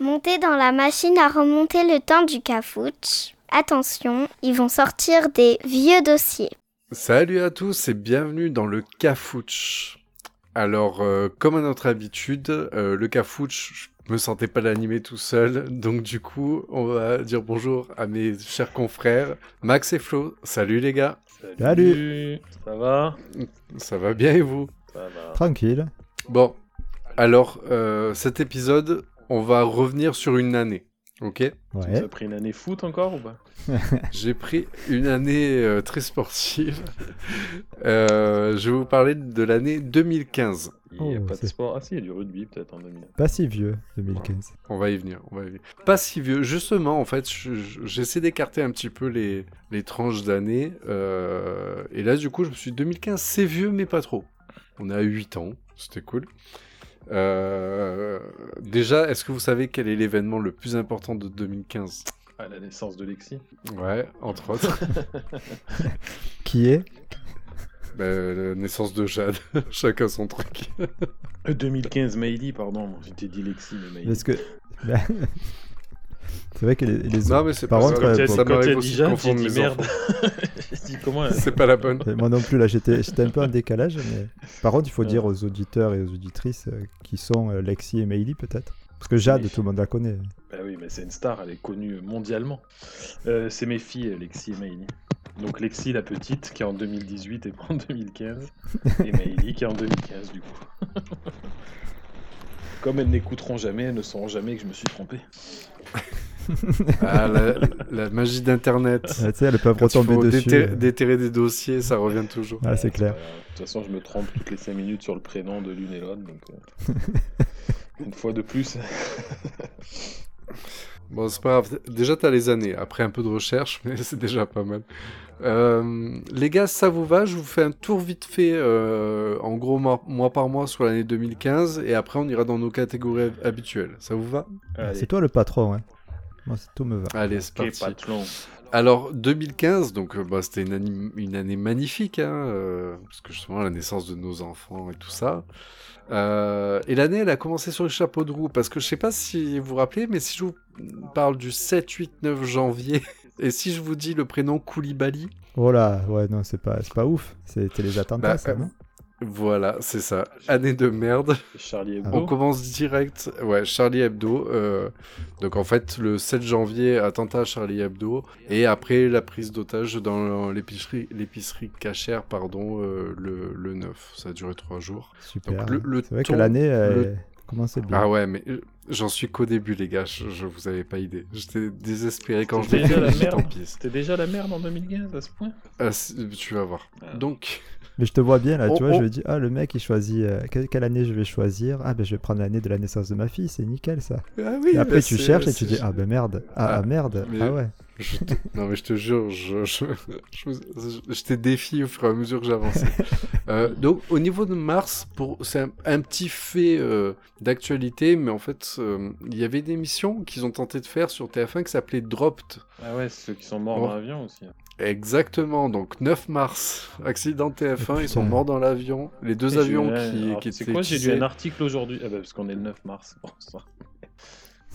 Montez dans la machine à remonter le temps du cafouche. Attention, ils vont sortir des vieux dossiers. Salut à tous et bienvenue dans le Cafouche. Alors, euh, comme à notre habitude, euh, le Cafouche, je me sentais pas l'animer tout seul, donc du coup, on va dire bonjour à mes chers confrères Max et Flo. Salut les gars, Salut. Ça va ça va bien et vous Ça va. Tranquille. Bon, alors euh, cet épisode, on va revenir sur une année, ok Tu Ouais. as pris une année foot encore ou pas J'ai pris une année euh, très sportive. Euh, je vais vous parler de l'année 2015. Il n'y a Oh, pas de c'est- sport. Ah si, il y a du rugby peut-être en 2000. Pas si vieux, 2015. On va y venir, on va y venir. Pas si vieux, justement, en fait, je- je- j'essaie d'écarter un petit peu les, les tranches d'années. euh, et là, du coup, je me suis dit, 2015, c'est vieux, mais pas trop. On a 8 ans, c'était cool. Euh, déjà, est-ce que vous savez quel est l'événement le plus important de 2015 À ah, la naissance de Lexi. Ouais, entre autres, Qui est euh, la naissance de Jade, chacun son truc. Euh, 2015, Maïli, pardon. Bon, J'étais dit Lexi, mais Maïli. Parce que. c'est vrai que les, les Non, mais c'est Par pas contre, ça. euh, ça quand m'arrive t'as aussi dit de Jeanne, j'ai confondre dit mes merde. enfants. j'ai dit comment elle- C'est pas la bonne. Euh, Moi non plus, là, j'étais j'étais un peu en décalage. Mais... Par contre, il faut dire aux auditeurs et aux auditrices euh, qui sont euh, Lexi et Meili, peut-être. Parce que Jade, Oui. tout le monde la connaît. Bah oui, mais c'est une star, elle est connue mondialement. Euh, c'est mes filles, Lexi et Maïli. Donc Lexi, la petite, qui est en 2018 et pas en 2015. Et Maïli, qui est en 2015, du coup. Comme elles n'écouteront jamais, elles ne sauront jamais que je me suis trompé. Ah, la, la magie d'Internet. Euh, tu sais, elles peuvent Quand il retomber faut dessus. déter- euh. déterrer des dossiers, ça revient toujours. Ah, c'est clair. Euh, De toute façon, je me trompe toutes les 5 minutes sur le prénom de l'une et l'autre. Donc, euh, une fois de plus. Bon, c'est pas grave. Déjà, t'as les années. Après, un peu de recherche, mais c'est déjà pas mal. Euh, les gars, ça vous va Je vous fais un tour vite fait, euh, en gros, mois, mois par mois sur l'année 2015. Et après, on ira dans nos catégories hab- habituelles. Ça vous va Allez, C'est toi le patron, hein. Moi, c'est- tout me va. Allez, c'est ok, parti. pas de long. Alors, 2015, donc, euh, bah, c'était une, année- une année magnifique, hein, euh, parce que justement, la naissance de nos enfants et tout ça. Euh, et l'année, elle a commencé sur les chapeaux de roue, parce que je sais pas si vous vous rappelez, mais si je vous parle du 7, 8, 9 janvier, et si je vous dis le prénom Koulibaly, Oh là, ouais, non, c'est pas, c'est pas ouf. C'était les attentats, Bah, ça, euh, non voilà, c'est ça, année de merde. Charlie Ah. On Hebdo. commence direct, ouais, Charlie Hebdo. euh, donc en fait, le 7 janvier, attentat à Charlie Hebdo, et après la prise d'otage dans l'épicerie, l'épicerie cachère, pardon, euh, le, le 9. Ça a duré trois jours. Super. donc, le- le C'est vrai que ton- l'année le- elle commençait bien. Ah ouais, mais euh, j'en suis qu'au début, les gars. Je, je vous avais pas idée. J'étais désespéré quand je C'était l'ai déjà la fait. merde. Tant pis. C'était déjà la merde en 2015 à ce point Ah, si, tu vas voir. Ah. Donc, Mais je te vois bien là, Oh, tu vois, oh. je me dis, ah le mec il choisit, euh, quelle, quelle année je vais choisir Ah ben je vais prendre l'année de la naissance de ma fille, c'est nickel ça. ah oui, Et après bah, tu c'est- cherches et tu c'est- dis, ah ben merde, ah, Ah, ah, merde, mais- ah ouais. Je te- Non mais je te jure, je, je, je, je- je t'ai défié au fur et à mesure que j'avançais. Euh, donc au niveau de Mars, pour c'est un, un petit fait euh, d'actualité, mais en fait euh, il y avait une émission qu'ils ont tenté de faire sur TF1 qui s'appelait Dropped. Ah ouais, ceux qui sont morts Bon. dans l'avion aussi. hein. Exactement, donc 9 mars, accident TF1, ils sont Putain. morts dans l'avion. Les deux Et j'ai avions lu un- qui, alors, qui C'est étaient quoi J'ai lu utilisés- un article aujourd'hui. Ah bah parce qu'on est le 9 mars. Bon, ça.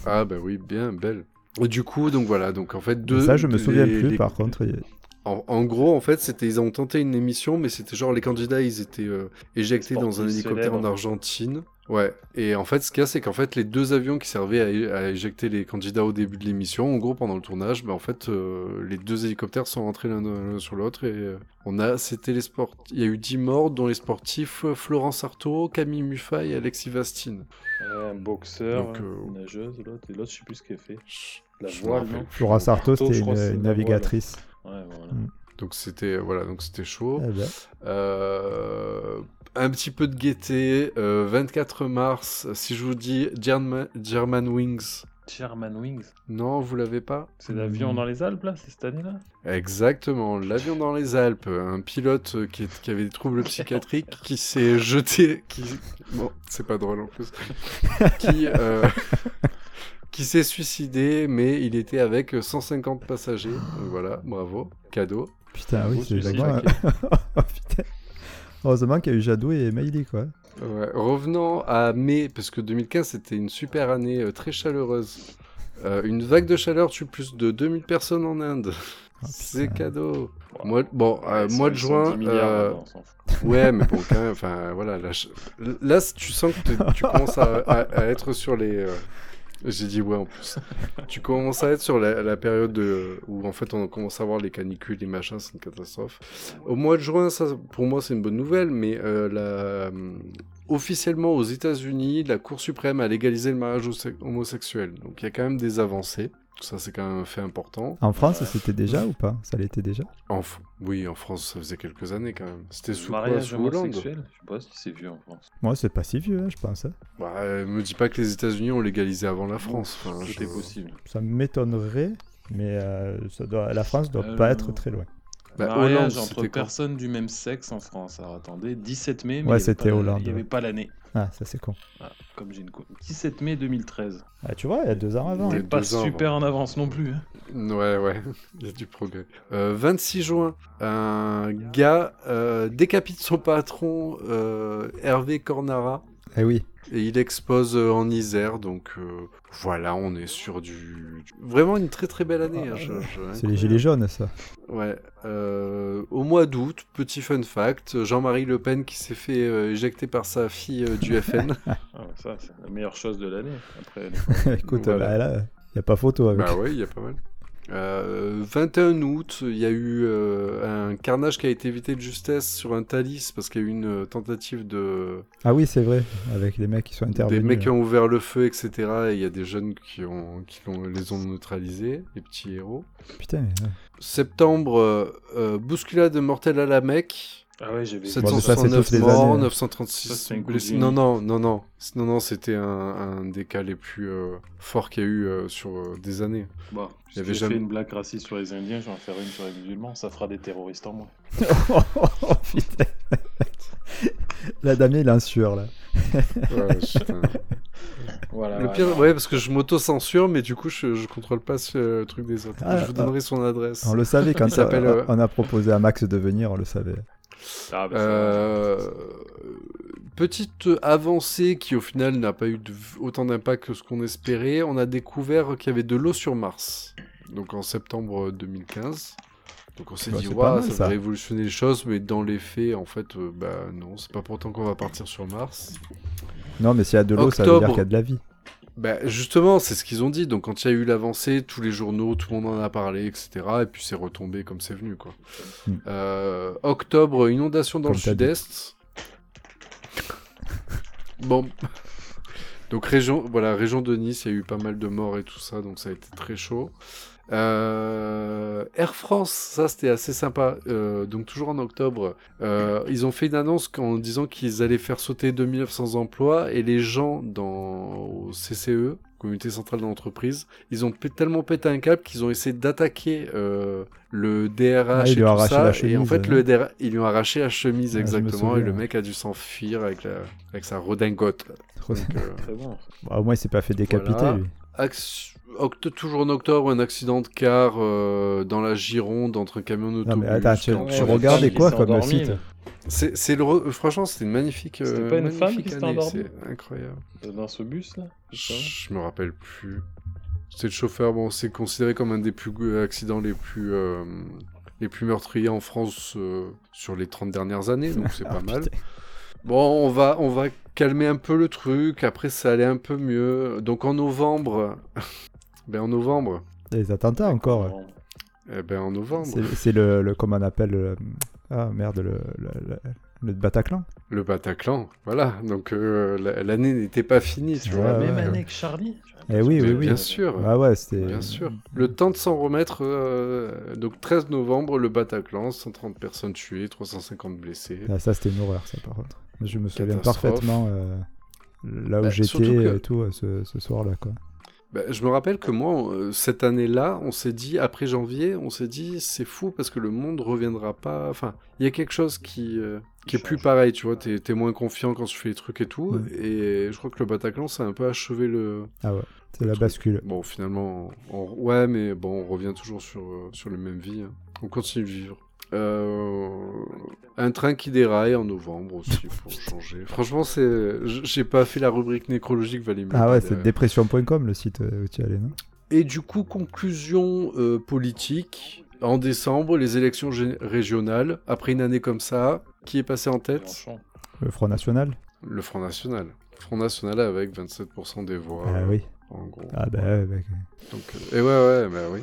Ah bah oui, bien belle. Et Du coup, donc voilà, donc en fait deux. ça je me les- souviens plus les- par contre. il- En, en gros, en fait, c'était ils ont tenté une émission, mais c'était genre les candidats, ils étaient euh, éjectés dans un Sportifs hélicoptère en célèbres. Argentine. Ouais. Et en fait, ce qu'il y a, c'est qu'en fait, les deux avions qui servaient à, à éjecter les candidats au début de l'émission, en gros, pendant le tournage, ben en fait, euh, les deux hélicoptères sont rentrés l'un l'un sur l'autre et euh, on a, c'était les sports. Il y a eu 10 morts, dont les sportifs euh, Florence Artaud, Camille Muffat et Alexis Vastine. Euh, un boxeur, Donc, euh, une nageuse, l'autre. Et l'autre, je sais plus ce qu'elle fait. Chut, La je me voile, rappelle non plus. Flora Sarto Sarto, c'était je crois, c'est une, une la navigatrice. Ouais, voilà. Mm. Donc c'était euh, voilà, donc c'était chaud. Ah ben, Euh, un petit peu de gaieté. euh, 24 mars, si je vous dis German, German Wings. Sherman Wings. Non, vous l'avez pas C'est l'avion Mm. dans les Alpes là, c'est cette année-là Exactement, l'avion dans les Alpes. Un pilote euh, qui, est- qui avait des troubles psychiatriques qui s'est jeté. Qui... Bon, c'est pas drôle en plus. qui. euh, Qui s'est suicidé, mais il était avec 150 passagers. Donc voilà, bravo, cadeau. putain oui Gros c'est suicide, vraiment... oh putain. Heureusement qu'il y a eu Jadou et Maïli quoi. Ouais, Revenons à mai, parce que 2015 c'était une super année euh, très chaleureuse. Euh, une vague de chaleur tue plus de 2000 personnes en Inde. Ah, C'est putain. cadeau. Voilà. Mois, bon, euh, Ouais, mois de ils sont juin. 10 milliards, hein. euh, maintenant, on s'en fout. ouais, mais bon, quand même, enfin voilà. Là, je- là, c- tu sens que t'es- tu commences à, à- à être sur les. euh, J'ai dit ouais en plus. Tu commences à être sur la, la période de- où en fait on commence à voir les canicules, les machins, c'est une catastrophe. Au mois de juin, ça pour moi c'est une bonne nouvelle, mais euh, la, officiellement aux États-Unis, la Cour suprême a légalisé le mariage homo- homosexuel. Donc il y a quand même des avancées. Ça c'est quand même un fait important. En France, c'était déjà ou pas Ça l'était déjà En, F- oui, en France ça faisait quelques années quand même. C'était sous, quoi, Mariage sous Hollande. homosexuel Je sais pas si c'est vieux en France. Moi, c'est pas si vieux, hein, je pense. hein. Bah, euh, me dis pas que les États-Unis ont légalisé avant la France. Enfin, C'était je- possible. Ça m'étonnerait, mais euh, ça doit... la France doit Euh, pas être très loin. Bah, Hollande, Mariage entre c'était quand personnes du même sexe en France. Alors attendez, 17 mai. mais Ouais, il y avait c'était pas la- Hollande, Il n'y avait ouais. pas l'année. Ah, ça c'est con. Ah, comme j'ai une coupe. 17 mai 2013. Ah, tu vois, il y a deux ans avant. On Ouais. n'est pas deux ans, super en avance non plus. hein. Ouais, ouais, il y a du progrès. Euh, 26 juin, un gars euh, décapite son patron, euh, Hervé Cornara, Eh oui. et il expose euh, en Isère. Donc euh, voilà, on est sur du... du- Vraiment une très très belle année. hein, je- je- C'est les gilets jaunes, ça. Ouais. euh, au mois d'août, petit fun fact, Jean-Marie Le Pen qui s'est fait euh, éjecter par sa fille euh, du FN. Ah, ça, c'est la meilleure chose de l'année. Après, Écoute, Voilà. bah, là, il n'y a pas photo avec. Bah ouais, il y a pas mal. Euh, 21 août, il y a eu euh, un carnage qui a été évité de justesse sur un Thalys parce qu'il y a eu une euh, tentative de Ah oui, c'est vrai, avec les mecs qui sont intervenus. des mecs qui là. ont ouvert le feu, etc. Et il y a des jeunes qui ont qui l'ont- les ont neutralisés, les petits héros. Putain, mais, ouais. Septembre, euh, euh, bousculade mortelle à la Mecque. Ah ouais, j'avais Bon, mais ça, c'est 769 toutes les morts, années, hein. Ça, 936 c'est un coup blessés. de Non, génie. non, non, non. Non, non, c'était un, un des cas les plus euh, forts qu'il y a eu euh, sur euh, des années. Bon, J'avais j'ai jamais- fait une blague raciste sur les Indiens, je vais en faire une sur les musulmans, ça fera des terroristes en moins. oh, putain. là, Damien, il est en sueur, là. Ouais, putain. Voilà. Le ouais, pire, non. ouais, parce que je m'auto-censure, mais du coup, je, je contrôle pas ce euh, truc des autres. Ah, je vous ah. donnerai son adresse. On le savait quand Il s'appelle, on, euh, on a proposé à Max de venir, on le savait. Ah, bah, ça va. Euh, petite avancée qui, au final, n'a pas eu de- autant d'impact que ce qu'on espérait. On a découvert qu'il y avait de l'eau sur Mars, donc en septembre 2015. Donc on s'est Bah, dit, c'est Ouah, pas mal, ça, ça. va révolutionner les choses, mais dans les faits, en fait, euh, bah non, c'est pas pourtant qu'on va partir sur Mars. Non, mais s'il y a de l'eau, ça veut dire Octobre. qu'il y a de la vie. Bah, justement, c'est ce qu'ils ont dit. Donc, quand il y a eu l'avancée, tous les journaux, tout le monde en a parlé, etc. Et puis, c'est retombé comme c'est venu, quoi. Mm. Euh, octobre, inondation dans Comme le t'as dit. sud-est. Bon. Donc, région, voilà, région de Nice, il y a eu pas mal de morts et tout ça, donc ça a été très chaud. Euh, Air France, ça c'était assez sympa. Euh, donc toujours en octobre, euh, ils ont fait une annonce en disant qu'ils allaient faire sauter 2900 emplois et les gens dans au CCE, Communauté Centrale d'Entreprise, ils ont pé- tellement pété un câble qu'ils ont essayé d'attaquer euh, le Ah, DRH ils et lui ont tout arraché ça. la et en chemise, fait, hein. le DRH, ils lui ont arraché la chemise Ouais, je me exactement et souviens, le ouais. mec a dû s'enfuir avec, la- avec sa redingote. là. Donc, euh, Très bon. Bon, Bah, au moins, il s'est pas fait décapiter, Voilà. lui. Acc- oct- toujours en octobre, un accident de car euh, dans la Gironde entre un camion et Non, autobus. mais attends, tu, Quand- Ouais, tu la regardais femme, il quoi s'est comme endormi, site là. C'est, c'est le re- Franchement, c'était une magnifique. C'était euh, pas une femme magnifique qui s'était année, endormie C'est incroyable. Dans ce bus là Je je me rappelle plus. C'est le chauffeur. Bon, c'est considéré comme un des plus euh, accidents les plus euh, les plus meurtriers en France euh, sur les 30 dernières années. Donc c'est Ah, pas mal. putain. Bon, on va, on va calmer un peu le truc. Après, ça allait un peu mieux. Donc en novembre, ben en novembre, Les attentats encore. Bon. eh ben en novembre, C'est c'est le, le- Comment on appelle le- Ah merde, le, le- le- le Bataclan. le Bataclan. Voilà. Donc euh, la- l'année n'était pas finie. Tu Ouais, vois. La même ouais. année que Charlie Eh oui, Mais oui, oui. Bien sûr. Ah ouais, c'était. Bien sûr. Le temps de s'en remettre, euh, donc 13 novembre, le Bataclan, 130 personnes tuées, 350 blessés. Ah, ça, c'était une horreur, ça, par contre. Je me souviens Catastrophe. parfaitement euh, là où Bah, j'étais surtout que- et tout euh, ce, ce soir-là, quoi. Bah, je me rappelle que moi, euh, cette année-là, on s'est dit, après janvier, on s'est dit, c'est fou parce que le monde reviendra pas. Enfin, il y a quelque chose qui, euh, qui est Change. plus pareil, tu vois, t'es t'es moins confiant quand tu fais les trucs et tout. Mm. Et je crois que le Bataclan, ça a un peu achevé le. Ah ouais, c'est la Truc. bascule. Bon, finalement, on- ouais, mais bon, on revient toujours sur, euh, sur les mêmes vies. hein. On continue de vivre. Euh, un train qui déraille en novembre aussi pour changer. Franchement, c'est, j- j'ai pas fait la rubrique nécrologique, valait mieux. Ah ouais, pas c'est de- dépression.com le site euh, où tu allais, non Et du coup, conclusion euh, politique. En décembre, les élections gé- régionales. Après une année comme ça, qui est passé en tête Mélenchon. Le Front National Le Front National. Front National avec 27% des voix, Ah oui. en gros. Ah bah, ouais, bah, Donc, euh, et ouais, ouais, bah oui.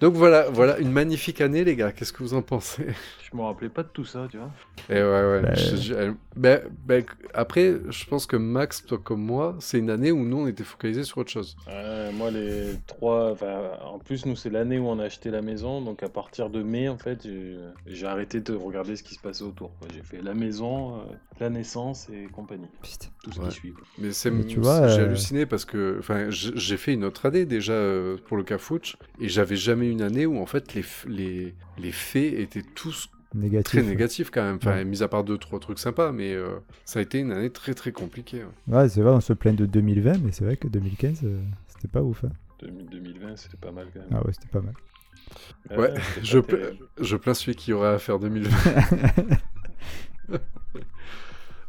Donc voilà, voilà une magnifique année, les gars. Qu'est-ce que vous en pensez Bah, Je me rappelais pas de tout ça, tu vois. Et ouais, ouais. Ben- je te dis, elle- ben- ben, après, je pense que Max, toi comme moi, c'est une année où nous, on était focalisés sur autre chose. Ouais, moi, les trois. enfin, En plus, nous, c'est l'année où on a acheté la maison. Donc, à partir de mai, en fait, j'ai- j'ai arrêté de regarder ce qui se passait autour. quoi. J'ai fait la maison, euh, la naissance et compagnie. putain. Tout ce Ouais. qui suit. quoi. Mais c'est, Mais tu c'est- vois, j'ai euh, halluciné parce que, enfin, j- j'ai fait une autre année déjà euh, pour le Cafouche et j'avais jamais une année où en fait les f- les les faits étaient tous Négatif. très négatifs quand même. Enfin, Ouais. mis à part deux trois trucs sympas, mais euh, ça a été une année très très compliquée. hein. ouais. Ouais, c'est vrai, on se plaint de 2020, mais c'est vrai que 2015, euh, c'était pas ouf. hein. 2000 2020, c'était pas mal quand même. Ah ouais, c'était pas mal. Ah Ouais, c'était pas je peux- terrible. Je plains celui qui aura à faire 2020.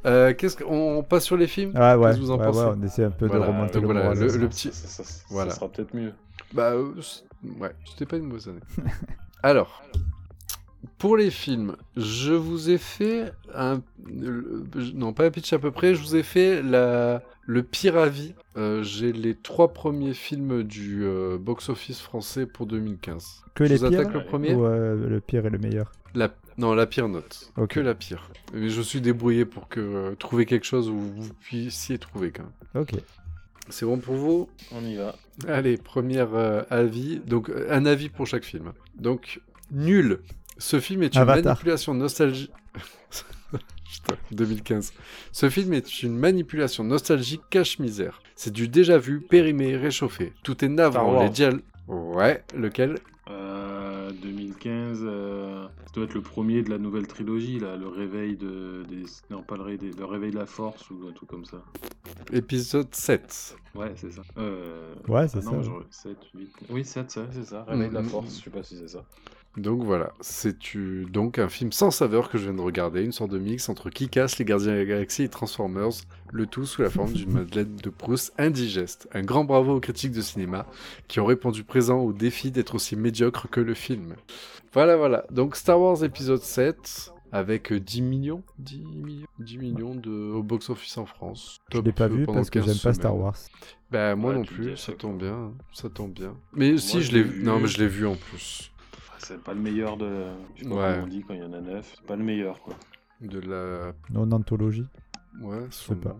Euh, qu'est-ce qu'on on passe sur les films Ah ouais, Qu'est-ce que vous en ouais, pensez ouais, on essaie un peu Voilà, de remonter donc le voilà, moral. le- hein. le petit- Ça, ça- ça- voilà. ça sera peut-être mieux. Bah, euh, c- ouais, c'était pas une mauvaise année. Alors, pour les films, je vous ai fait un. le- je- Non, pas un pitch à peu près, je vous ai fait la... le pire avis. Euh, J'ai les trois premiers films du euh, box-office français pour 2015. Que je les vous pires attaque le premier Ou euh, le pire et le meilleur la... Non, la pire note. Ok. Que la pire. Mais je suis débrouillé pour que euh, trouver quelque chose où vous puissiez trouver quand même. Ok. C'est bon pour vous On y va. Allez, première euh, avis. Donc, euh, un avis pour chaque film. Donc, nul. Ce film est une Avatar. manipulation nostalgique. 2015. Ce film est une manipulation nostalgique cache-misère. C'est du déjà vu, périmé, réchauffé. Tout est Star navrant. Wars. Les dialogues. Ouais, lequel Euh, 2015, euh, ça doit être le premier de la nouvelle trilogie, là, le réveil de, des, non pas le réveil, des- le réveil de la force ou un truc comme ça. Épisode 7. Ouais, c'est ça. Euh, Ouais, c'est ah ça. non, genre, 7, 8, oui 7, ça, c'est ça. Réveil de la Mm, mm, force, mm. je sais pas si c'est ça. Donc voilà, c'est euh, donc un film sans saveur que je viens de regarder, une sorte de mix entre Kick-Ass, Les Gardiens de la Galaxie et Transformers, le tout sous la forme d'une madeleine de Proust indigeste. Un grand bravo aux critiques de cinéma qui ont répondu présent au défi d'être aussi médiocre que le film. Voilà, voilà, donc Star Wars épisode 7 avec 10 millions, 10 millions, 10 millions de, au box-office en France. Je l'ai pas vu parce que j'aime pas Star Wars. Ben moi Ouais, non tu le dis à plus, ça chaque tombe bien, hein, ça tombe bien. Mais Moi, si, je je l'ai l'ai vu, vu. euh, non mais je l'ai vu en plus. C'est pas le meilleur de, je sais pas Ouais. comment on dit quand il y en a 9, c'est pas le meilleur quoi. De la Non, anthologie. Ouais, sais pas. sûrement.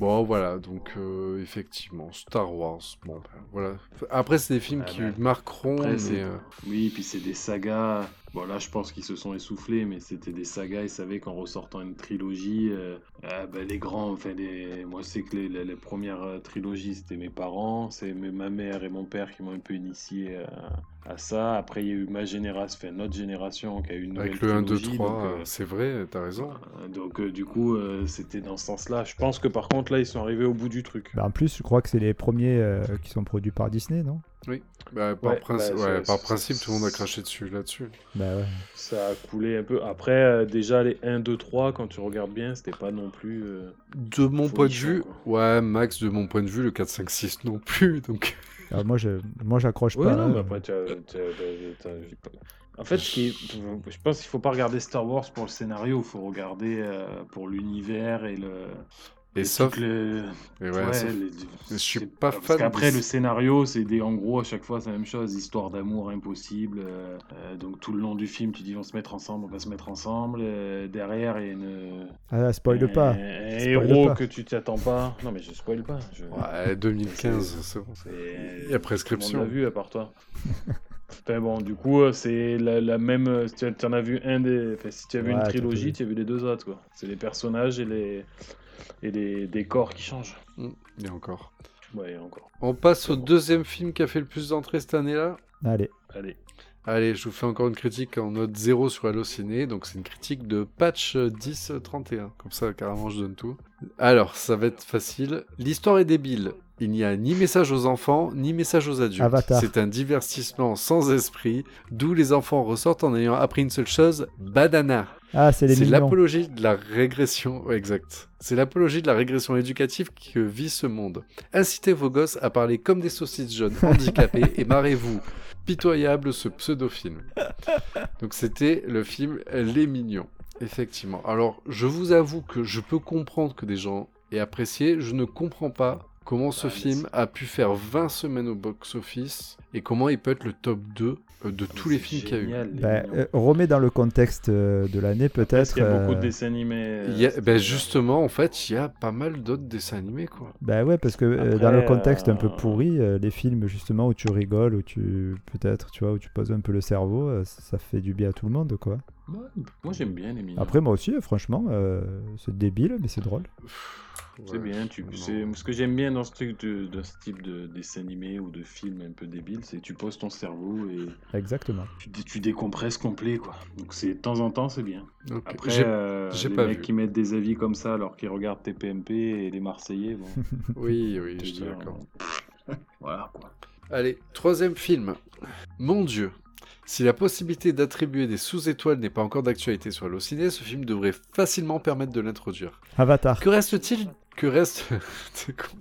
Bon, voilà, donc euh, effectivement, Star Wars. Bon, ben, voilà. Après, c'est des films Ah qui ouais. marqueront, Après, mais, c'est- euh, Oui, puis c'est des sagas. Bon, là, je pense qu'ils se sont essoufflés, mais c'était des sagas. Ils savaient qu'en ressortant une trilogie, euh, ah, ben, les grands, enfin, les... moi, c'est que les, les- les premières euh, trilogies, c'était mes parents, c'est mes- ma mère et mon père qui m'ont un peu initié à, à ça. Après, il y a eu ma génération, enfin, notre génération qui a eu une nouvelle avec le 1, 2, trilogie, 3, donc, euh, euh, c'est vrai, t'as raison. euh, donc, euh, du coup, euh, c'était dans ce sens-là. Je pense que par contre, là, ils sont arrivés au bout du truc. Bah, en plus, je crois que c'est les premiers euh, qui sont produits par Disney, non Bah, par Ouais, princi- bah, ouais, c'est- par c'est- principe, c'est- tout le monde a craché dessus là-dessus. Bah ouais. Ça a coulé un peu. Après, euh, déjà, les 1, 2, 3, quand tu regardes bien, c'était pas non plus. euh, De mon Faut point y de faire, vue, ouais, Max, de mon point de vue, le 4, 5, 6 non plus. Donc, Alors, Ah, moi, je, moi, j'accroche Oui, pas. non, hein. euh, mais après, tu as- tu as- tu as- tu as- j'ai pas- En fait, ce qui est- je pense qu'il faut pas regarder Star Wars pour le scénario, il faut regarder euh, pour l'univers et le. et et sauf. tout le- et ouais, ouais, sauf- les- je suis c'est- pas parce fan qu'après, des- le scénario, c'est des. En gros, à chaque fois, c'est la même chose. Histoire d'amour impossible. euh, euh, donc, tout le long du film, tu dis on se mettre ensemble, on va se mettre ensemble. euh, derrière, il y a une. Ah, spoil Un, pas. un Spoil héros pas. que tu t'attends pas. Non, mais je spoil pas. je- Ouais, 2015, c'est bon. c'est- Il y a prescription. on l'a vu à part toi. Enfin bon, du coup, euh, c'est la, la même. euh, Tu en as vu un des. enfin, si tu as vu Ouais, une t'as trilogie, vu. tu as vu les deux autres, quoi. C'est les personnages et les et les décors qui changent. Mm, Et encore. Ouais, et encore. On passe au deuxième film qui a fait le plus d'entrées cette année-là. Allez. Allez. Allez, je vous fais encore une critique en note 0 sur Allociné, donc c'est une critique de patch euh, 1031. Comme ça, carrément, je donne tout. Alors, ça va être facile. L'histoire est débile. Il n'y a ni message aux enfants, ni message aux adultes. Avatar. C'est un divertissement sans esprit, d'où les enfants ressortent en ayant appris une seule chose, badana. Ah, c'est les C'est mignons. l'apologie de la régression, ouais, exact. C'est l'apologie de la régression éducative que vit ce monde. Incitez vos gosses à parler comme des saucisses jaunes handicapés et marrez-vous. Pitoyable ce pseudo-film. Donc c'était le film Les Mignons, effectivement. Alors je vous avoue que je peux comprendre que des gens aient apprécié, je ne comprends pas comment ce Ah, mais film a pu faire 20 semaines au box-office et comment il peut être le top 2 euh, Ah, de tous les films qu'il y a eu. Ben, euh, remets dans le contexte euh, de l'année Parce peut-être. qu'il y a beaucoup de euh, dessins animés. Il y a- euh, ben justement, en fait, il y a pas mal d'autres dessins animés, quoi. Ben ouais, parce que euh, dans le Après, contexte un peu euh, pourri, euh, les films justement où tu rigoles, où tu peut-être, tu vois, où tu poses un peu le cerveau, euh, ça fait du bien à tout le monde, quoi. Moi, moi, j'aime bien les mignons. Après moi aussi, euh, franchement, euh, c'est débile, mais c'est drôle. C'est bien, tu, c'est- ce que j'aime bien dans ce, truc de, dans ce type de dessin animé ou de film un peu débile, c'est que tu poses ton cerveau et Exactement. tu, dé- tu décompresses complet, quoi. Donc c'est de temps en temps, c'est bien. Ok. Après, J'ai- euh, j'ai les pas mecs vu. qui mettent des avis comme ça alors qu'ils regardent TPMP et les Marseillais, bon, Oui, oui, te je suis dire, d'accord. euh, voilà, quoi. Allez, troisième film. Mon Dieu. Si la possibilité d'attribuer des sous-étoiles n'est pas encore d'actualité sur Allociné, ce film devrait facilement permettre de l'introduire. Avatar. Que reste-t-il Que reste T'es con.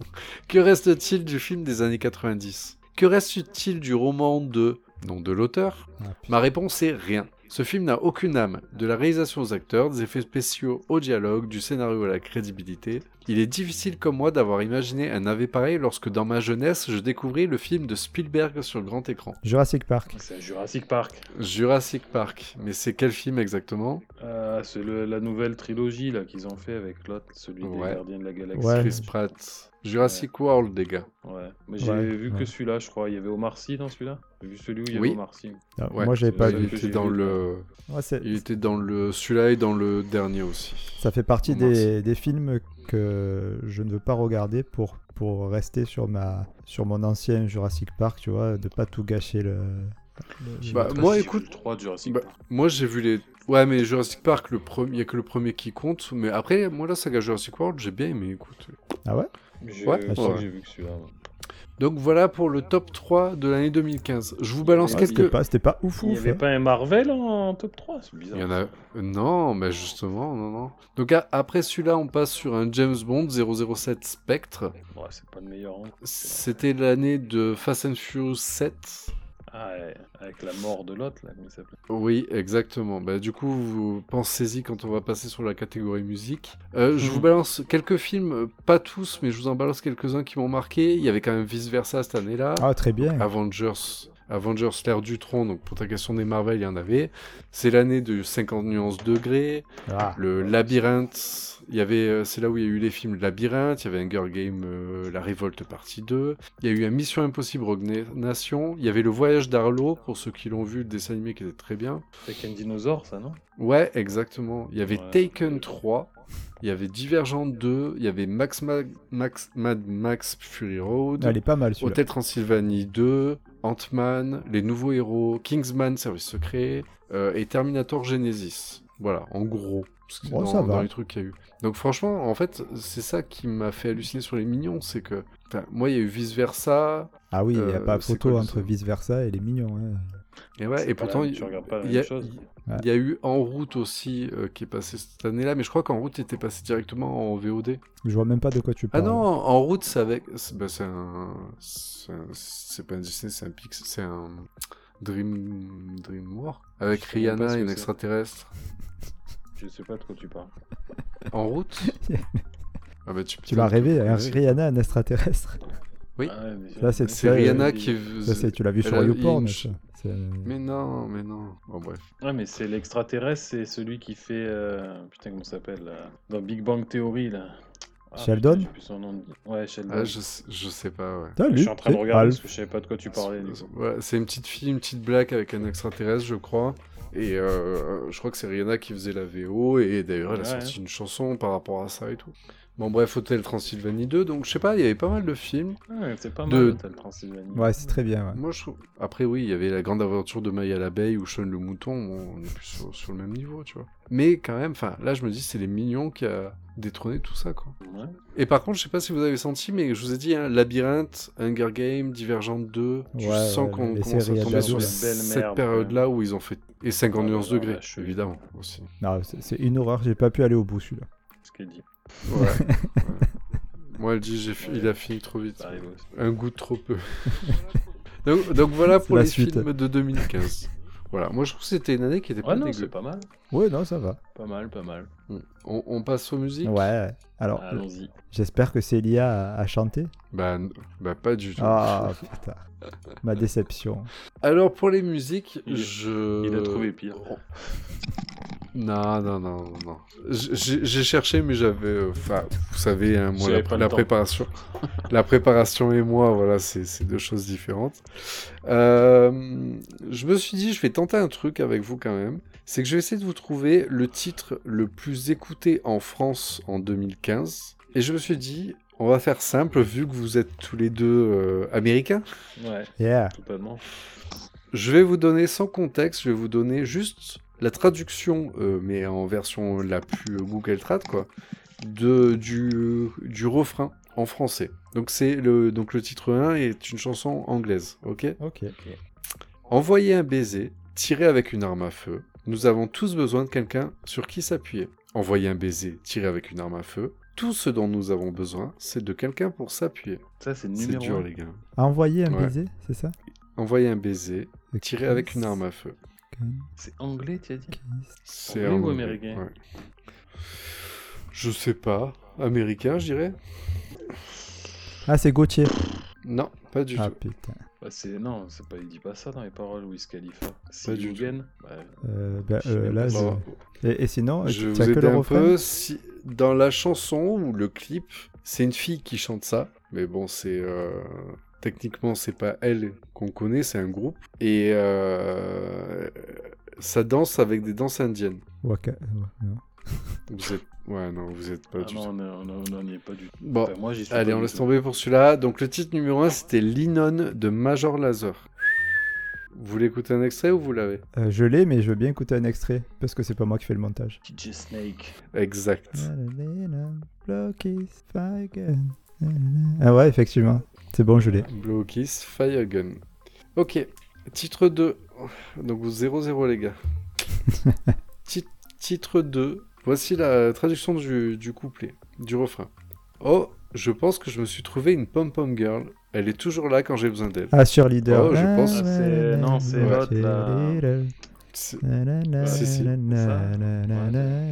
Que reste-t-il du film des années 90 Que reste-t-il du roman de non de l'auteur Ah, Ma réponse est rien. Ce film n'a aucune âme, de la réalisation aux acteurs, des effets spéciaux au dialogue, du scénario à la crédibilité. Il est difficile comme moi d'avoir imaginé un AV pareil lorsque dans ma jeunesse je découvris le film de Spielberg sur grand écran. Jurassic Park. C'est un Jurassic Park. Jurassic Park, mais c'est quel film exactement Euh, c'est le- la nouvelle trilogie là qu'ils ont fait avec l'autre, celui Ouais. des Gardiens de la Galaxie. Ouais. Chris Pratt. Jurassic World, les gars. Ouais. Mais j'ai Ouais, vu ouais. que celui-là, je crois. Il y avait Omar Sy dans celui-là. J'ai vu celui où il y avait Oui. Euh, Omar Sy. Non, Ouais, Ah, moi j'avais c'est pas vrai. Il vu. était dans le... Ouais, c'est- Il était dans le celui-là et dans le dernier aussi. Ça fait partie Oh, mince. des, des films que je ne veux pas regarder pour, pour rester sur, ma, sur mon ancien Jurassic Park, tu vois, de pas tout gâcher le. le- Bah, le- moi, écoute- 3 Jurassic Bah, Park. Moi j'ai vu les Ouais mais Jurassic Park le premier, il y a que le premier qui compte mais après moi la saga Jurassic World, j'ai bien aimé écoute. Ah ouais J'ai- Ouais. je crois Ouais. que j'ai vu que celui-là. ouais. Donc voilà pour le top 3 de l'année 2015. Je vous balance Ouais, Ouais, Ah, C'était quelques pas, c'était pas ouf Il n'y ouf. avait hein. pas un Marvel en top 3, c'est bizarre. Il y en a Non, mais justement, non non. Donc a- après celui-là, on passe sur un James Bond 007 Spectre. Ouais, c'est pas le meilleur. hein. C'était l'année de Fast and Furious 7. Ah, ouais, avec la mort de l'autre, là, comment il s'appelait Oui, exactement. Bah, du coup, vous pensez-y quand on va passer sur la catégorie musique. Euh, je Mhm. vous balance quelques films, euh, pas tous, mais je vous en balance quelques-uns qui m'ont marqué. Il y avait quand même Vice Versa cette année-là. Ah, très bien. Avengers, Avengers, l'ère du tronc. Donc, pour ta question des Marvel, il y en avait. C'est l'année de 50 nuances degrés. Ah. Le Labyrinthe, il y avait, euh, c'est là où il y a eu les films Labyrinthe, il y avait Hunger Game, euh, La Révolte partie 2, il y a eu un Mission Impossible Rogue Na- Nation, il y avait Le Voyage d'Arlo, pour ceux qui l'ont vu, le dessin animé qui était très bien. Avec un dinosaure, ça, non Ouais, exactement. Il y avait Ouais. Taken 3, il y avait Divergent 2, il y avait Max, Ma- Max, Mad Max Fury Road, Elle est pas mal celui-là. Hôtel Transylvanie 2, Ant-Man, Les Nouveaux Héros, Kingsman Service Secret euh, et Terminator Genesis. Voilà, en gros. Parce que Bon, dans, ça va. dans les trucs qu'il y a eu. Donc franchement, en fait, c'est ça qui m'a fait halluciner sur les mignons, c'est que putain, moi, il y a eu vice versa. Ah oui, il n'y a Euh, pas c'est photo quoi le entre seul vice versa et les mignons. hein. Et ouais, C'est et pas la pourtant, même- il tu regardes pas la il y même a- chose. il y a eu En route aussi euh, qui est passé cette année-là, mais je crois qu'En route était passé directement en VOD. Je vois même pas de quoi tu Ah parles. non, En route c'est avec, c'est bah, c'est un, c'est un- c'est pas un Disney, c'est un Pix, c'est un Dream, Dreamworks avec Je sais même pas Rihanna ce que et une c'est. extraterrestre. Je sais pas de quoi tu parles. En route. Ah bah, tu Tu l'as peut-être rêvé, le hein, connais. Rihanna, un extraterrestre. Oui. Ah ouais, mais Là, c'est- C'est Ouais, Rihanna euh, qui. Ça, c'est- tu l'as vu Elle sur a- YouPorn. une- ça. C'est- Mais non, mais non. Bon bref. Ouais, mais c'est l'extraterrestre, c'est celui qui fait. euh, Putain, comment ça s'appelle là Dans Big Bang Theory, là. Ah, Sheldon putain, j'ai plus son nom. de- Ouais, Sheldon. Ah, je, sais- je sais pas. Ouais. T'as Je lu, suis en train de c'est regarder Alf. parce que je savais pas de quoi tu parlais. du coup. Voilà, c'est une petite fille, une petite blague avec un extraterrestre, je crois. Et euh, je crois que c'est Rihanna qui faisait la VO. Et d'ailleurs, elle a Ouais. sorti une chanson par rapport à ça et tout. Bon, bref, Hôtel Transylvanie 2. Donc, je sais pas, il y avait pas mal de films. Ouais, Ah, c'est pas De- mal, Hôtel Transylvanie. Ouais, c'est très bien. ouais. Moi, je trouve- Après, oui, il y avait La Grande Aventure de Maya l'abeille ou Sean le Mouton. Bon, on est plus sur, sur le même niveau, tu vois. Mais quand même, enfin, là, je me dis, c'est les mignons qui a détrôné tout ça, quoi. Ouais. Et par contre, je sais pas si vous avez senti, mais je vous ai dit, hein, Labyrinthe, Hunger Game, Divergente 2, tu Ouais, sens ouais, qu'on les commence séries à tomber ados, sur là. Belle cette merde, période-là où ils ont fait. Et 50 Ah, nuances ouais, degrés, ouais, je- évidemment, aussi. Non, c'est c'est une horreur, j'ai pas pu aller au bout celui-là. Ce qu'elle dit. Ouais. Moi, elle dit, j'ai fi- il a fini trop vite. Ça arrive aussi. Un goût de trop peu. donc, donc voilà C'est pour la les suite. films de 2015. Voilà, moi je trouve que c'était une année qui était pas Ouais, non, c'est dégueu. pas mal. Ouais, non, ça va. Pas mal, pas mal. On, on passe aux musiques Ouais. Alors, Allons-y. j'espère que Célia a, a chanté. bah, n- bah, pas du tout. Ah, putain. Ma déception. Alors pour les musiques, Il- je. il a trouvé pire. Oh. Non, non, non, non, non. J- J'ai j'ai cherché, mais j'avais. euh, Enfin, vous savez, hein, moi, J'avais la, pas le la temps. préparation. la préparation et moi, voilà, c'est c'est deux choses différentes. Euh, je me suis dit, je vais tenter un truc avec vous quand même. C'est que je vais essayer de vous trouver le titre le plus écouté en France en 2015. Et je me suis dit, on va faire simple, vu que vous êtes tous les deux euh, américains. Ouais, Yeah. totalement. Je vais vous donner sans contexte, je vais vous donner juste la traduction, euh, mais en version la plus Google Trad, quoi, de, du, du refrain en français. Donc, c'est le, donc le titre 1 est une chanson anglaise, ok Ok. Envoyer un baiser, tirer avec une arme à feu. Nous avons tous besoin de quelqu'un sur qui s'appuyer. Envoyer un baiser, tirer avec une arme à feu. Tout ce dont nous avons besoin, c'est de quelqu'un pour s'appuyer. Ça, c'est le C'est numéro. dur, un. les gars. Envoyer un Ouais. baiser, c'est ça Envoyer un baiser, tirer avec une arme à feu. C'est anglais, tu as dit C'est Anglais ou un- américain ouais. Je sais pas. Américain, je dirais Ah, c'est Gauthier. Non, pas du Ah, tout. putain. Bah, c'est- Non, c'est pas... il dit pas ça dans les paroles, Wiz Khalifa. Si du you tout. gain, bah, Euh, ben, Je sais euh, même là, pas. je- Bon, et, et sinon, je vais tu vous Oh, t'as que aider le un refrain peu. Si- dans la chanson ou le clip, c'est une fille qui chante ça. Mais bon, c'est. euh, Techniquement, c'est pas elle qu'on connaît, c'est un groupe. Et euh, ça danse avec des danses indiennes. Waka- ouais, non. Vous êtes. Ouais, non, vous êtes pas ah du non, tout. on est- on est- on n'y est pas du tout. Bon, Enfin, moi, j'y suis allez, pas on du laisse tout. tomber pour celui-là. Donc le titre numéro 1, c'était Linon de Major Lazer. Vous voulez écouter un extrait ou vous l'avez Euh, je l'ai, mais je veux bien écouter un extrait, parce que c'est pas moi qui fais le montage. DJ Snake. Exact. Ah ouais, effectivement. C'est bon, je l'ai. Blue Kiss, Fire Gun. Ok, titre 2. Donc vous 0-0 les gars. Ti- titre 2. Voici la traduction du, du couplet, du refrain. Oh, je pense que je me suis trouvé une pom-pom girl. Elle est toujours là quand j'ai besoin d'elle. Ah, sur Leader. Oh, je pense- Ah, c'est- non, c'est l'autre, là. C'est si, si,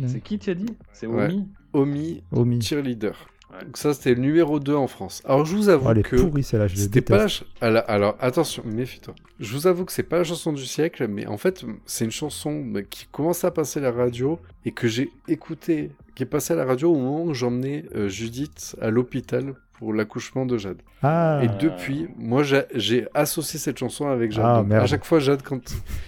C'est qui, tu as dit C'est Ouais. Omi Omi Omi. Cheerleader. Ouais. Donc ça, c'était le numéro 2 en France. Alors, je vous avoue Oh, elle est que pourrie celle-là, je le c'était pas la déteste. ch- alors, alors, attention, méfie-toi. Je vous avoue que c'est pas la chanson du siècle, mais en fait, c'est une chanson mais, qui commence à passer à la radio et que j'ai écoutée, qui est passée à la radio au moment où j'emmenais euh, Judith à l'hôpital pour l'accouchement de Jade. Ah, Et depuis, moi, j'a- j'ai associé cette chanson avec Jade. Ah, Donc, merde. à chaque fois, Jade, quand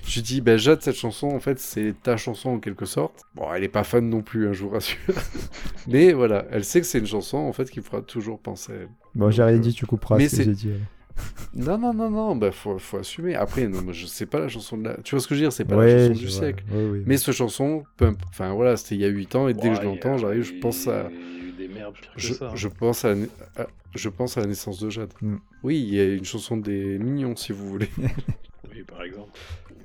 je dis, ben Jade, cette chanson, en fait, c'est ta chanson en quelque sorte. Bon, elle est pas fan non plus, hein, je vous rassure. Mais voilà, elle sait que c'est une chanson, en fait, qui me fera toujours penser à elle. bon, j'ai rien dit, tu couperas euh, Mais ce que c'est- j'ai dit. hein. alors. Non, non, non, non, bah, faut, faut assumer. Après, non, moi, je sais pas la chanson de la. Tu vois ce que je veux dire, c'est pas la Ouais, chanson je du vois. siècle. Oui, oui. Mais cette chanson, peu imp- enfin voilà, c'était il y a 8 ans, et dès que je Ouais, l'entends, il y a- j'arrive, je pense à. Il y a eu des merdes pires que Je, ça. hein. je pense à, la na- à- je pense à la naissance de Jade. Mm. Oui, il y a une chanson des mignons, si vous voulez. Oui, par exemple.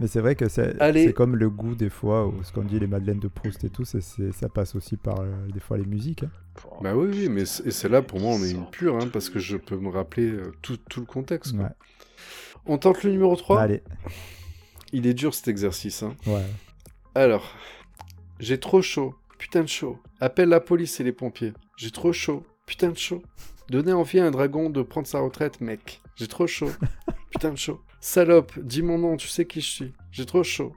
Mais c'est vrai que c'est Allez. c'est comme le goût des fois, ou ce qu'on dit les Madeleines de Proust et tout, c'est- c'est- ça passe aussi par euh, des fois les musiques. hein. Pouah, Bah oui, oui, mais c- et c'est là pour moi on est Sorte une de pure, hein, truc. parce que je peux me rappeler euh, tout, tout le contexte. quoi. Ouais. On tente le numéro 3. Allez, Il est dur cet exercice. hein. ouais. Alors, j'ai trop chaud, putain de chaud. Appelle la police et les pompiers. J'ai trop chaud, putain de chaud. Donnez envie à un dragon de prendre sa retraite, mec. J'ai trop chaud, putain de chaud. Salope, dis mon nom, tu sais qui je suis. J'ai trop chaud,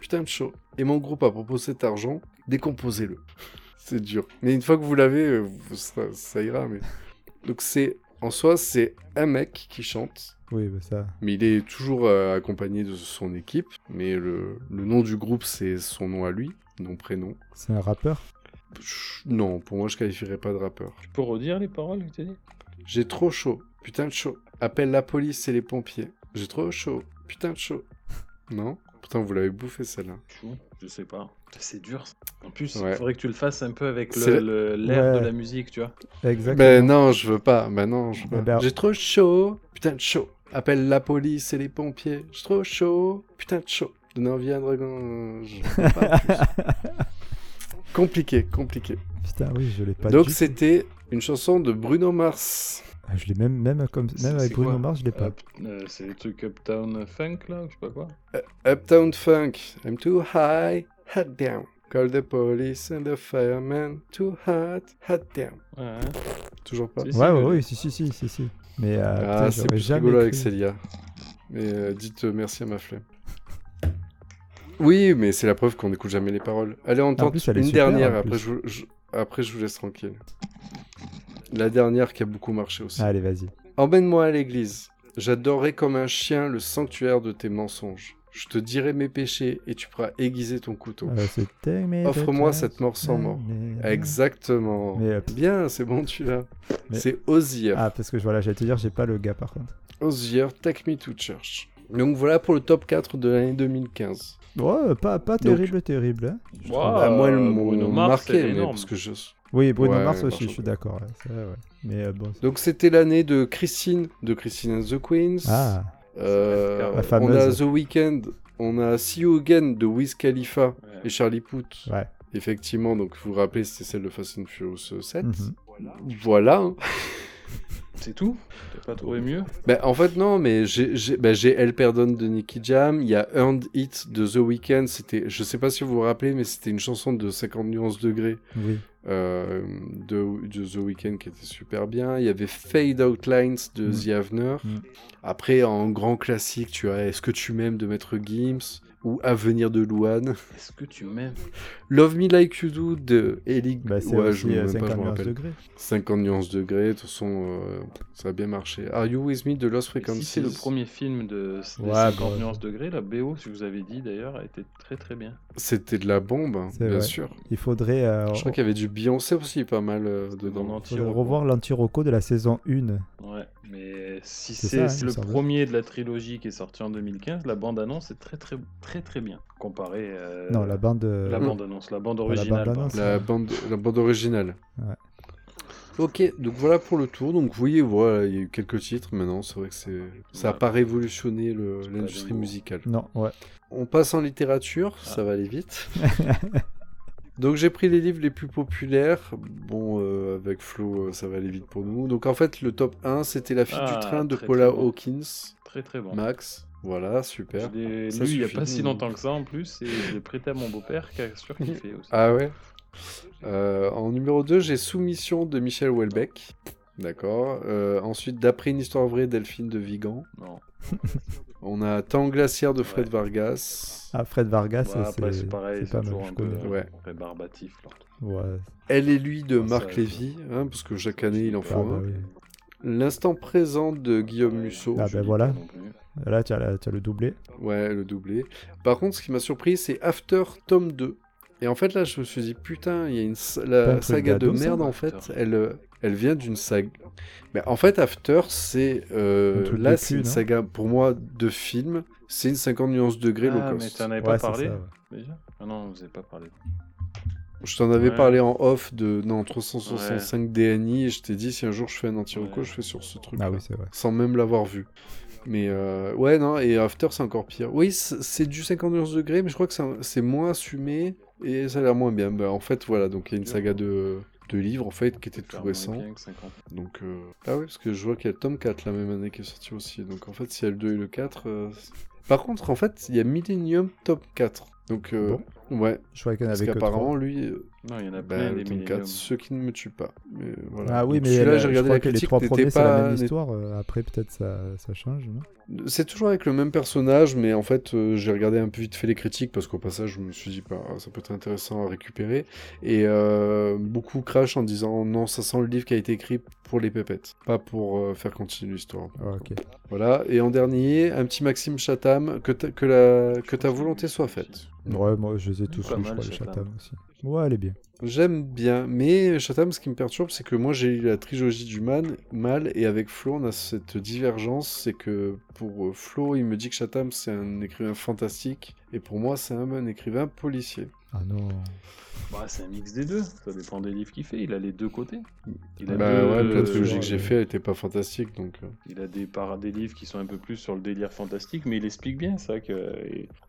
putain de chaud. Et mon groupe a proposé cet argent, décomposez-le. C'est dur. Mais une fois que vous l'avez, euh, vous- ça, ça ira. Mais... Donc c'est, en soi, c'est un mec qui chante. Oui, bah ça. Mais il est toujours euh, accompagné de son équipe. Mais le, le nom du groupe, c'est son nom à lui, nom, prénom. C'est un rappeur Ch- Non, pour moi, je qualifierais pas de rappeur. Tu peux redire les paroles que t'as dit J'ai trop chaud. Putain de chaud. Appelle la police et les pompiers. J'ai trop chaud. Putain de chaud. Non Putain, vous l'avez bouffé celle-là. Chou, Je sais pas. C'est dur. ça. En plus, il Ouais. faudrait que tu le fasses un peu avec C'est- le- le- l'air Ouais. de la musique, tu vois. Ben Exactement. non, je veux pas. Ben non, je veux Ben pas. ben- J'ai trop chaud. Putain de chaud. Appelle la police et les pompiers. J'ai trop chaud. Putain de chaud. Donne envie à un dragon. Je veux pas plus. compliqué, compliqué. Putain, oui, je l'ai pas Donc dit. c'était une chanson de Bruno Mars. Ah, Je l'ai même, même, comme, C'est- même c'est avec Bruno quoi Mars, je l'ai pas. Ah, Up- euh, c'est le truc Uptown Funk, là, ou je sais pas quoi. Uptown Funk. I'm too high, head down. Call the police and the firemen. Too hot, head down. Ouais, hein. Toujours pas. Si, si, Ouais, ouais, mais- oui, si, si, si, si, si. Mais euh, Ah, putain, c'est j'aurais plus jamais rigolo avec cru. Célia. Mais euh, dites euh, merci à ma flemme. Oui, mais c'est la preuve qu'on n'écoute jamais les paroles. Allez, on tente plus, elle est une super, dernière, en après plus. je, vous- je- après je vous laisse tranquille. La dernière qui a beaucoup marché aussi. Allez, vas-y. Emmène-moi à l'église. J'adorerai comme un chien le sanctuaire de tes mensonges. Je te dirai mes péchés et tu pourras aiguiser ton couteau. Euh, c'est Take me to Offre-moi church. cette mort sans mort. Nanana. Exactement. Ah. Mais, euh, Bien, c'est bon, tu l'as. Mais- C'est Ozir. Ah, parce que voilà, j'allais te dire, j'ai pas le gars par contre. Osier, Take Me to Church. Donc voilà pour le top 4 de l'année 2015. Ouais, euh, pas, pas terrible, terrible. hein. Je Wow. trouve. Ah, Bah, moi, elles Bruno m'ont Mars, marqué, elle est mais énorme. parce que je... Oui, Bruno Ouais, Mars par aussi, je contre. suis d'accord. ouais, c'est vrai, ouais. Mais euh, bon. c'est- Donc c'était l'année de Christine, de Christine and the Queens. Ah, Euh, La fameuse. on a The Weeknd, on a See You Again de Wiz Khalifa Ouais. et Charlie Puth. Ah, ouais. Effectivement, donc vous vous rappelez, c'était celle de Fast and Furious 7. Mhm. Voilà. hein. C'est tout T'as pas trouvé mieux Bah, en fait, non, mais j'ai j'ai- bah, j'ai El Perdon de Nicky Jam, il y a Earned It de The Weeknd, c'était, je sais pas si vous vous rappelez, mais c'était une chanson de 50 nuances degrés Oui. euh, de, de The Weeknd qui était super bien. Il y avait Fade Out Lines de Mm. The Avener. Mm. Après, en grand classique, tu as Est-ce que tu m'aimes de Maître Gims ou Avenir de Louane. Est-ce que tu m'aimes Love Me Like You Do de Ellie. Bah, c'est ouais, je aussi me- même euh, pas, je me 51 rappelle. degrés. 50 nuances degrés, de toute façon, euh, ça a bien marché. Are You With Me de Lost Et Frequencies. Si c'est le premier film de des Ouais, 50 bah. nuances degrés, la BO, si vous avez dit d'ailleurs, a été très très bien. C'était de la bombe, hein, C'est bien vrai. sûr. Il faudrait, euh, Je crois re- qu'il y avait du Beyoncé aussi, pas mal euh, En dedans. entier, faudrait revoir l'anti-roco de la saison 1. Ouais, mais si C'est c'est ça, hein, c'est il me le semble. premier de la trilogie qui est sorti en 2015, la bande-annonce est très très très très bien comparée euh, Non, la bande. euh, la Mm. bande-annonce, la bande la originale. bande-annonce. pardon. La bande, la bande originale. Ouais. Ok, donc voilà pour le tour. Donc vous voyez, voilà, il y a eu quelques titres maintenant. C'est vrai que c'est, ça n'a Ouais. pas révolutionné le- C'est pas l'industrie dingo. musicale. Non, ouais. On passe en littérature, Ah. ça va aller vite. Donc j'ai pris les livres les plus populaires. Bon, euh, avec Flo, euh, ça va aller vite pour nous. Donc en fait, le top 1, c'était La fille Ah, du train de très, Paula très bon. Hawkins. Très très bon. Max, voilà, Je super. l'ai Ça lu il n'y a suffit. pas si longtemps que ça en plus, et je l'ai prêté à mon beau-père qui a surkiffé aussi. Ah ouais Euh, En numéro 2, j'ai Soumission de Michel Houellebecq. D'accord. Euh, ensuite, D'après une histoire vraie, Delphine de Vigan. Non. On a Temps glaciaire de Fred Ouais. Vargas. Ah, Fred Vargas, Ouais, Bah, après, c'est pareil, c'est pas c'est mal. toujours je un peu connais. Ouais. rébarbatif. leur truc. Ouais. Elle et lui de Ah, ça, Marc je- Lévy, hein, parce que chaque année il en Ah, faut bah un. oui. L'instant présent de Guillaume Ouais. Musso. Ah, Je ben lis voilà. pas non plus. Là, tu as, la- tu as le doublé. Ouais, le doublé. Par contre, ce qui m'a surpris, c'est After tome 2. Et en fait, là, je me suis dit, putain, il y a une sa- Pas un la truc saga de d'ado, ça, merde, en After. fait, elle, euh, elle vient d'une saga. Mais en fait, After, c'est. euh, Un truc de là, c'est cul, une non saga, pour moi, de film. C'est une 50 nuances degrés Ah, low mais cost. t'en avais Ouais, pas c'est parlé ça, ouais. déjà Ah non, vous n'avez pas parlé. Je t'en avais Ouais. parlé en off de. Non, 365 DNI, et je t'ai dit, si un jour je fais un anti-roco, Ouais. je fais sur ce truc. Ah oui, c'est vrai. sans même l'avoir vu. Mais euh, ouais, non, et After, c'est encore pire. Oui, c'est c'est du 51 degrés, mais je crois que c'est un- c'est moins assumé et ça a l'air moins bien. Bah, en fait, voilà, donc il y a une saga de, de livres, en fait, qui était tout Faire récent. moins bien que 50. Donc, euh, Ah oui, parce que je vois qu'il y a le tome 4 la même année qui est sorti aussi. Donc, en fait, s'il y a le 2 et le 4... euh, c'est- Par contre, en fait, il y a Millennium Top 4. Donc, euh, ouais, Je croyais qu'il y en parce avait que qu'apparemment, trois. lui, euh, Non, il y en a bah, plein le des tome 4, millions. ce qui ne me tue pas. Mais, voilà. Ah oui, Donc, mais celui-là, la- j'ai je regardé crois la que les critique, trois n'était premiers, c'est la pas- même n'était histoire. euh, Après, peut-être ça, ça change, non C'est toujours avec le même personnage, mais en fait, euh, j'ai regardé un peu vite fait les critiques parce qu'au passage, je me suis dit, bah, ça peut être intéressant à récupérer. Et euh, beaucoup crash en disant, non, ça sent le livre qui a été écrit pour les pépettes, pas pour euh, faire continuer l'histoire. Ah, Ok. Voilà. Et en dernier, un petit Maxime Chatham, que ta, que la, que ta volonté soit faite. Ouais, moi, je les ai tous Pas lus, je mal, crois, les Chatham. Chatham aussi. Ouais, elle est bien. J'aime bien, mais Chatham, ce qui me perturbe, c'est que moi j'ai eu la trilogie du man, mal, et avec Flo, on a cette divergence, c'est que pour euh, Flo, il me dit que Chatham, c'est un écrivain fantastique, et pour moi, c'est un, un écrivain policier. Ah non. Bah, c'est un mix des deux. Ça dépend des livres qu'il fait. Il a les deux côtés. Il a, bah deux- ouais, la euh, trilogie ouais, que j'ai ouais. fait, elle était pas fantastique, donc... euh. il a des, par, des livres qui sont un peu plus sur le délire fantastique, mais il explique bien ça. Que, euh,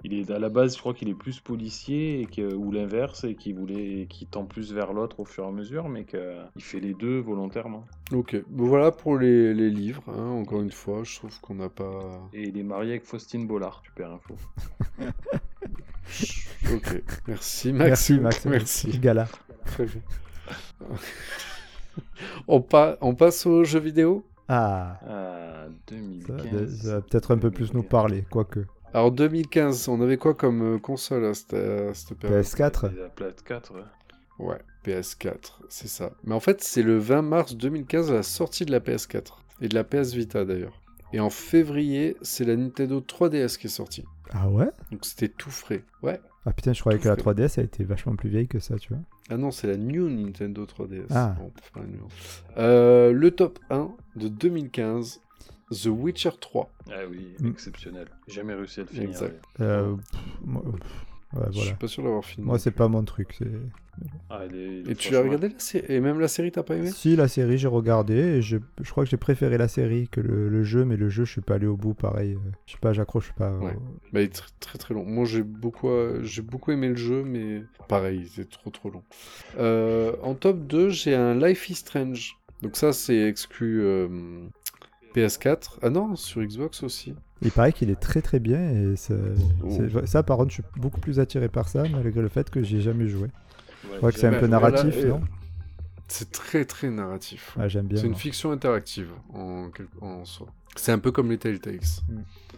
il est, à la base, je crois qu'il est plus policier et que, ou l'inverse, et qu'il voulait, qui tend plus vers l'autre au fur et à mesure, mais qu'il fait les deux volontairement. euh, Ok, Bon, voilà pour les, les livres, hein, encore une fois, je trouve qu'on n'a pas... Et il est marié avec Faustine Bollard, super info. Ok, merci Merci, Maxime. Max. Merci. Gala. Très bien. on, pa- on passe aux jeux vidéo Ah. Ah, Ça va, 2015. ça va peut-être un peu plus nous parler, quoique. Alors 2015, on avait quoi comme euh, console à cette, euh, à cette période PS4 La plate 4. ouais. Ouais, PS4, c'est ça. Mais en fait, c'est le 20 mars 2015 la sortie de la PS4 et de la PS Vita d'ailleurs. Et en février, c'est la Nintendo 3DS qui est sortie. Ah ouais Donc c'était tout frais. Ouais. Ah putain, je croyais Tout que la fait. 3DS a été vachement plus vieille que ça, tu vois. Ah non, c'est la New Nintendo 3DS. Ah. Bon, on peut faire la nuance. Euh, le top 1 de 2015, The Witcher 3. Ah oui, Mm. exceptionnel. J'ai jamais réussi à le finir. Exact. Euh, pff, moi- pff, ouais, Je suis voilà. pas sûr d'avoir fini. Moi, c'est pas mon truc. c'est- Ah, il est- Et tu as franchement, regardé la série Et même la série, t'as pas aimé Si, la série, j'ai regardé. Et je, je crois que j'ai préféré la série que le, le jeu, mais le jeu, je suis pas allé au bout, pareil. euh, Je sais pas, j'accroche pas. au- Ouais. Bah, il est tr- très très long. Moi, j'ai beaucoup, euh, j'ai beaucoup aimé le jeu, mais pareil, c'est trop trop long. Euh, en top 2, j'ai un Life is Strange. Donc ça, c'est exclu euh, PS4. Ah non, sur Xbox aussi. Il paraît qu'il est très très bien. Et ça, c'est- ça, par contre, je suis beaucoup plus attiré par ça, malgré le fait que j'y ai jamais joué. ouais, Je crois que c'est un Bah, peu voilà, narratif, euh, non C'est très très narratif. Ah, j'aime bien. c'est une moi. fiction interactive en, quel- en soi. C'est un peu comme les Telltales.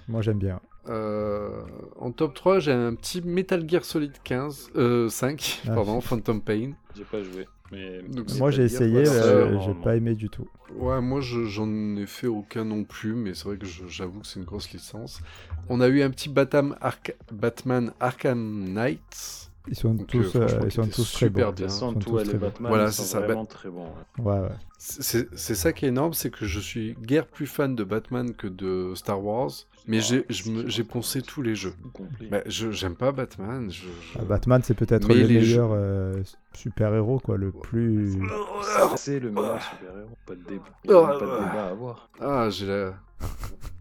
Moi, j'aime bien. Euh, en top 3, j'ai un petit Metal Gear Solid 15, euh, 5, Ah. pardon, Phantom Pain. J'ai pas joué. Mais... Donc, Moi, j'ai c'est-à-dire, essayé, voilà, euh, euh, j'ai normalement. pas aimé du tout. Ouais, moi je- j'en ai fait aucun non plus, mais c'est vrai que je- j'avoue que c'est une grosse licence. On a eu un petit Batam Arca- Batman Arkham Knight. Ils sont Donc, euh, tous, euh, franchement, ils qui sont était tous très super bons. bien. De Ils sont tous tout, elle très et bons. Batman, Voilà, ils c'est sont ça, vraiment très bons. hein, ouais. Ouais, ouais. C'est c'est ça qui est énorme, c'est que je suis guère plus fan de Batman que de Star Wars, mais Ah, j'ai- je si, me- je j'ai pense poncé que tous les jeux. Tout complet. Bah, je- J'aime pas Batman. Je, je- Ah, Batman, c'est peut-être Mais le les meilleur euh, super-héros, quoi, le plus... C'est le meilleur super-héros. Pas de débat. Il y a même pas de débat à avoir. Ah, j'ai la-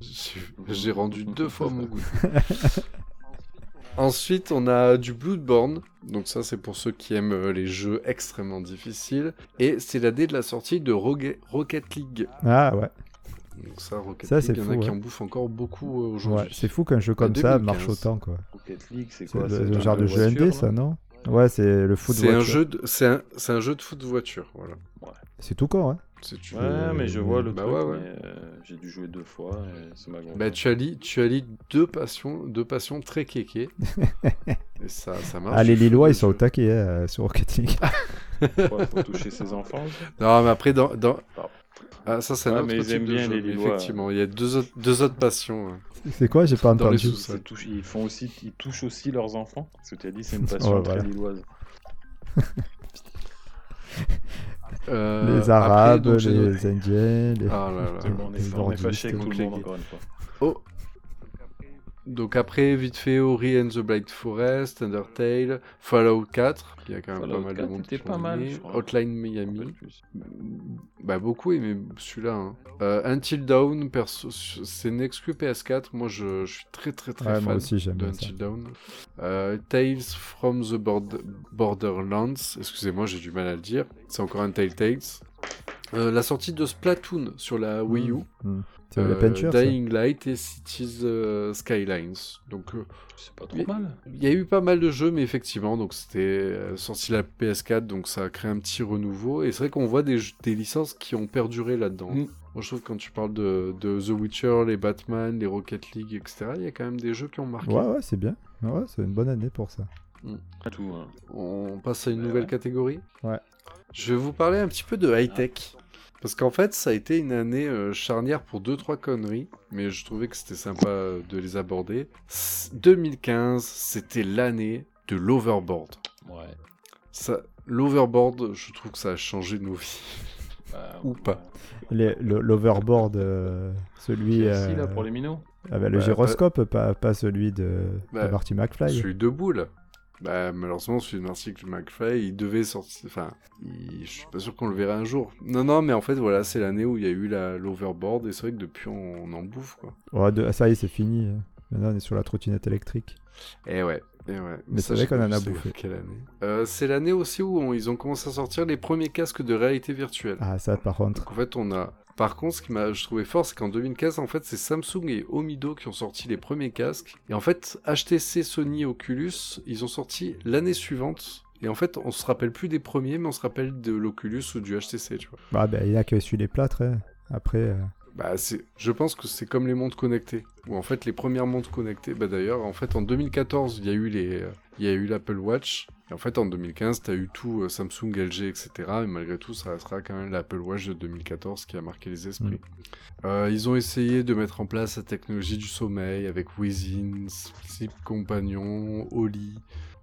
j'ai- j'ai rendu deux fois mon goût. Ensuite, on a du Bloodborne. Donc ça, c'est pour ceux qui aiment euh, les jeux extrêmement difficiles. Et c'est la date de la sortie de Rogue- Rocket League. Ah, ouais. Donc ça, Rocket Ça, League, c'est il y en fou, a qui ouais. en bouffent encore beaucoup euh, ouais. aujourd'hui. C'est fou qu'un jeu comme En ça 2015. marche autant, quoi. Rocket League, c'est C'est quoi le, c'est le un genre de jeu voiture, hein indé, ça, non Ouais, c'est le foot c'est un, voiture. jeu de- c'est un, c'est un jeu de foot de voiture. Voilà. C'est tout con, hein C'est- tu- Ouais, mais je vois le Bah truc. ouais, ouais. mais, euh, J'ai dû jouer deux fois. et Ça m'a gonflé. Bah, tu allies, tu allies deux, passions, deux passions très kékées. Et ça, ça marche. Ah, les il faut Lillois, le ils sont jeu. au taquet hein, sur Rocket League. Pourquoi faut toucher ses enfants. Non, mais après, dans. dans... Pardon. Ah, ça, c'est un Ah, autre mais ils type aiment de bien jeu, les mais Lillois. Effectivement, il y a deux autres, deux autres passions. hein. c'est quoi J'ai pas Dans les entendu. sous- Ils, touchent- ils font aussi, ils touchent aussi leurs enfants. Parce que tu as dit, c'est une passion Ouais, voilà. très lilloise. Euh, Les Arabes, après, donc, j'ai- les Indiens, les... Ah là là. C'est bon, on les est, on est fâché avec tout donc le les- monde encore une fois. Oh. Donc après, vite fait, Ori and the Blind Forest, Undertale, Fallout 4, il y a quand même Fallout pas mal 4, de monde c'était qui pas l'ont mal, aimé, je crois. Hotline Pas de Miami, plus. bah beaucoup aimé celui-là. hein. Euh, Until Dawn, perso, c'est une exclu PS4, moi je, je suis très très très Ouais, fan. moi aussi, j'aime de bien ça. Until Dawn. Euh, Tales from the Bord- Borderlands, excusez-moi, j'ai du mal à le dire. C'est encore un Telltales. Euh, la sortie de Splatoon sur la Wii U, Hmm. C'est euh, le Pincher, ça Dying Light et Cities euh, Skylines. Donc euh, C'est pas trop mal. il y a eu pas mal de jeux, mais effectivement, donc c'était euh, sorti la PS4, donc ça a créé un petit renouveau. Et c'est vrai qu'on voit des, jeux- des licences qui ont perduré là-dedans. Hmm. Mm. Moi, je trouve que quand tu parles de, de The Witcher, les Batman, les Rocket League, etc., il y a quand même des jeux qui ont marqué. Ouais, ouais, c'est bien. Ouais, c'est une bonne année pour ça. Tout, hein. On passe à une Ouais, nouvelle ouais. catégorie. Ouais. Je vais vous parler un petit peu de high-tech. Parce qu'en fait, ça a été une année euh, charnière pour deux trois conneries, mais je trouvais que c'était sympa euh, de les aborder. S- 2015, c'était l'année de l'overboard. Ouais. ça, l'overboard, je trouve que ça a changé nos vies. Bah, Ou pas. Les- le- L'overboard, euh, celui. KFC, là, euh, pour les minots. avec le Bah, gyroscope, pas, pas celui de, de Bah, Marty McFly. Celui de boule. Bah, malheureusement, celui de Marcy McFly, il devait sortir. Enfin, il- je suis pas sûr qu'on le verra un jour. Non, non, mais en fait, voilà, c'est l'année où il y a eu la- l'overboard, et c'est vrai que depuis, on, on en bouffe, quoi. Ouais, de- ah, ça y est, c'est fini. Maintenant, on est sur la trottinette électrique. Et ouais. eh ouais. Mais c'est ça, vrai j'ai qu'on pas en vu a c'est bouffé. Quelle année Euh, C'est l'année aussi où on- ils ont commencé à sortir les premiers casques de réalité virtuelle. Ah, ça, par contre. Donc en fait, on a. Par contre, ce qui m'a, je trouvais fort, c'est qu'en 2015, en fait, c'est Samsung et Omido qui ont sorti les premiers casques. Et en fait, HTC, Sony, Oculus, ils ont sorti l'année suivante. Et en fait, on se rappelle plus des premiers, mais on se rappelle de l'Oculus ou du HTC, tu vois. Bah, bah, il y en a qui essuient les plâtres. hein. Après, euh, Bah, c'est, je pense que c'est comme les montres connectées. Ou en fait, les premières montres connectées. Bah d'ailleurs, en fait, en 2014, il y a eu les, il y a eu l'Apple Watch. Et en fait, en 2015, t'as eu tout euh, Samsung, LG, etc. Et malgré tout, ça restera quand même l'Apple Watch de 2014 qui a marqué les esprits. Euh, ils ont essayé de mettre en place la technologie du sommeil avec Within, Sleep Companion, Oli.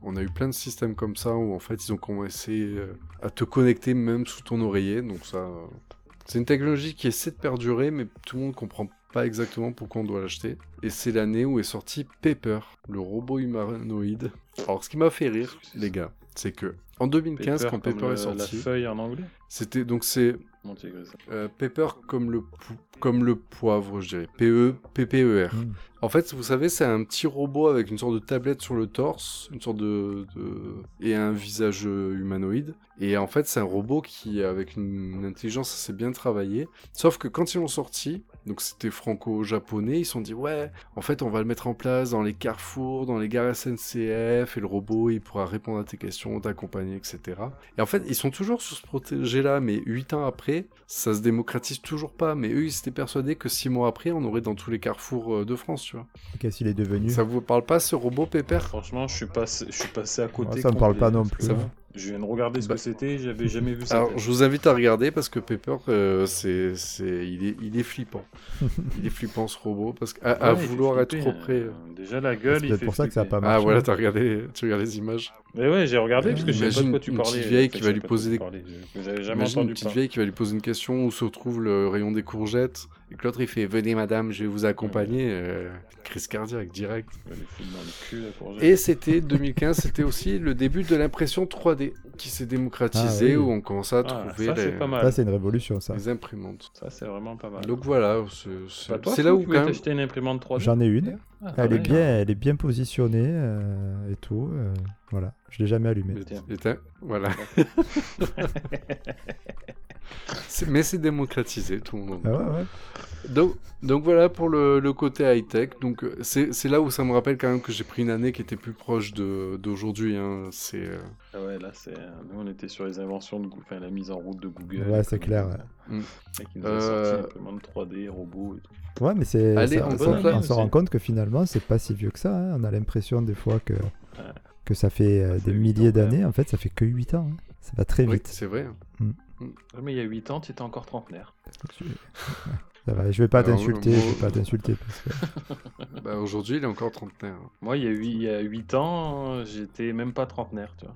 On a eu plein de systèmes comme ça où en fait ils ont commencé euh, à te connecter même sous ton oreiller. Donc ça, euh, c'est une technologie qui essaie de perdurer, mais tout le monde comprend pas exactement pourquoi on doit l'acheter. Et c'est l'année où est sorti Pepper, le robot humanoïde. Alors ce qui m'a fait rire, les gars, c'est que en 2015 quand comme Pepper le- est sorti, La feuille en anglais. c'était donc c'est Comment tu écris ça euh, pepper comme le, pou- comme le poivre, je dirais. E, P-E, P-P-E-R. Mm. En fait, vous savez, c'est un petit robot avec une sorte de tablette sur le torse, une sorte de. de- et un visage euh, humanoïde. Et en fait, c'est un robot qui, avec une, une intelligence assez bien travaillée. Sauf que quand ils l'ont sorti, donc c'était franco-japonais, ils se sont dit, ouais, en fait, on va le mettre en place dans les carrefours, dans les gares SNCF, et le robot, il pourra répondre à tes questions, t'accompagner, etc. Et en fait, ils sont toujours sur ce projet-là, mais 8 ans après, ça se démocratise toujours pas. Mais eux, ils s'étaient persuadés que 6 mois après, on aurait dans tous les carrefours euh, de France, tu vois. qu'est-ce qu'il est devenu Ça vous parle pas, ce robot pépère Franchement, je suis passé, je suis passé à côté. Ouais, Ça me parle complet. pas non plus. Ça hein. Je viens de regarder ce Bah. que c'était, j'avais jamais vu ça. Alors, je vous invite à regarder parce que Pepper, euh, c'est, c'est, il est, il est flippant. il est flippant ce robot parce qu'à à Ouais, il fait vouloir être flipper, trop près. euh, Déjà la gueule, C'est il peut-être fait pour ça que ça n'a flipper. pas Ah marché. voilà, t'as regardé, tu regardes les images. Mais ouais, j'ai regardé parce que je sais pas de Imagine quoi tu une parlais. petite vieille en fait, qui va je lui sais pas de poser quoi tu parlais, je- J'avais jamais Imagine une entendu petite parler. vieille qui va lui poser une question où se trouve le rayon des courgettes et que l'autre il fait venez madame je vais vous accompagner euh, crise cardiaque direct Je vais lui foutre dans le cul, la courgette. et c'était 2015 c'était aussi le début de l'impression 3D qui s'est démocratisée Ah oui. où on commençait à Ah, trouver ça, les, c'est pas Ça, mal. c'est une révolution, ça. les imprimantes Ça, c'est vraiment pas mal. donc voilà c'est- c'est Bah, toi, c'est là où tu quand voulais même t'acheter une imprimante 3D. J'en ai une. Ah, Elle est pareil, bien, elle est bien positionnée euh, et tout. euh, voilà, je l'ai jamais allumée. Mais- et t'as- voilà C'est- mais c'est démocratisé tout le monde Ah ouais, ouais. Donc, donc voilà pour le, le côté high-tech. Donc euh, c'est c'est là où ça me rappelle quand même que j'ai pris une année qui était plus proche de- d'aujourd'hui. hein. C'est euh, Ah ouais, là, c'est. euh, Nous, on était sur les inventions de Google, enfin, la mise en route de Google. Ouais, c'est clair, ouais. Avec une sorti Mm. Euh, imprimante 3D, robot et tout. Ouais, mais c'est. Allez, ça- on ça- peut faire on se aussi. rend compte que finalement, c'est pas si vieux que ça. hein. On a l'impression des fois que, que ça fait euh, Ça fait des huit milliers ans, quand même. d'années. En fait, ça fait que 8 ans. hein. Ça va très oui, vite. c'est vrai. hein. Ouais, mais il y a 8 ans, tu étais encore trentenaire. Ça va, je vais pas Alors, t'insulter, moi- je vais pas t'insulter. parce que- Bah, Aujourd'hui, il est encore trentenaire. Moi, il y a 8, il y a huit ans, euh, j'étais même pas trentenaire, tu vois.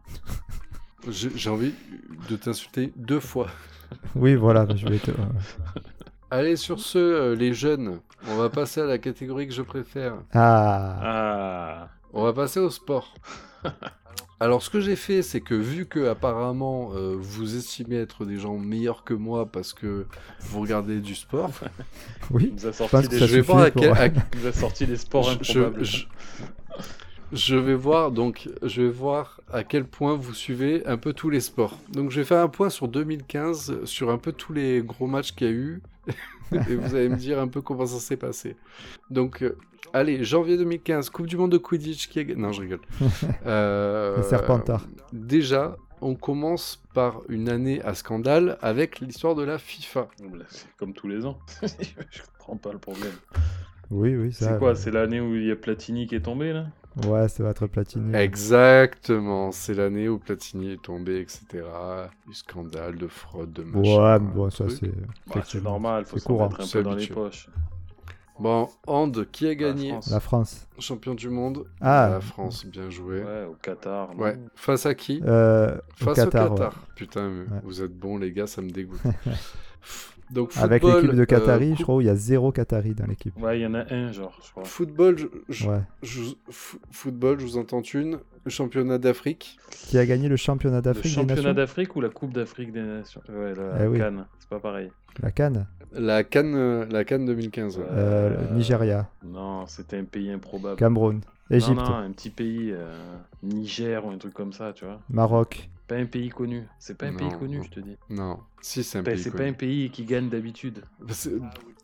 J'ai j'ai envie de t'insulter deux fois. Oui, voilà, je vais te. Allez, sur ce, euh, les jeunes, on va passer à la catégorie que je préfère. Ah, Ah, On va passer au sport. Alors, ce que j'ai fait, c'est que vu que apparemment euh, vous estimez être des gens meilleurs que moi parce que vous regardez du sport, il oui. nous a Je pense sorti, que des... ça je vais suffit voir à pour- quel- à il nous a sorti des sports Je- improbables. je- Je vais voir donc, je vais voir à quel point vous suivez un peu tous les sports. Donc je vais faire un point sur 2015, sur un peu tous les gros matchs qu'il y a eu, et vous allez me dire un peu comment ça s'est passé. Donc euh, allez, janvier 2015, Coupe du Monde de Quidditch qui a... gagné- Non, je rigole. Euh, Le Serpentard. Déjà, on commence par une année à scandale avec l'histoire de la FIFA. bah, C'est comme tous les ans. je comprends pas le problème. Oui, oui, ça. C'est quoi C'est l'année où il y a Platini qui est tombé, là Bah, Ouais, ça va être platine. Exactement, c'est l'année où Platini est tombé, etc. Du scandale, de fraude, de machin. Ouais, mais bon, ça hein, truc. c'est. Bah, C'est effectivement, normal, faut c'est s'en courant. mettre un C'est peu dans les habituel. poches. Bon, Hand, qui a gagné France. La France. Champion du monde Ah. La France, bien joué. Ouais, au Qatar. non Ouais. Face à qui Euh, au Face Qatar. au ouais. Qatar. Putain, mais Ouais. vous êtes bons, les gars, ça me dégoûte. Donc, Avec football, l'équipe de Qatari, euh, je crois, où il y a zéro Qatari dans l'équipe. Ouais, il y en a un, genre, je crois. Football, je, je- Ouais. je- fo- football, je vous entends une. Le championnat d'Afrique. Qui a gagné le championnat Le d'Afrique des championnat Nations d'Afrique ou la Coupe d'Afrique des Nations Ouais, la Eh oui. Cannes, c'est pas pareil. La Cannes La Cannes, euh, la Cannes 2015. ouais. Ouais. euh, Euh, Nigeria, Non, c'était un pays improbable. Cameroun, Égypte, Non, non, un petit pays, euh, Niger ou un truc comme ça, tu vois. Maroc. Pas un pays connu. C'est pas un pays Non, connu, non. je te dis. Non. Si, c'est un Ben, pays. c'est pas connu. un pays qui gagne d'habitude. C'est-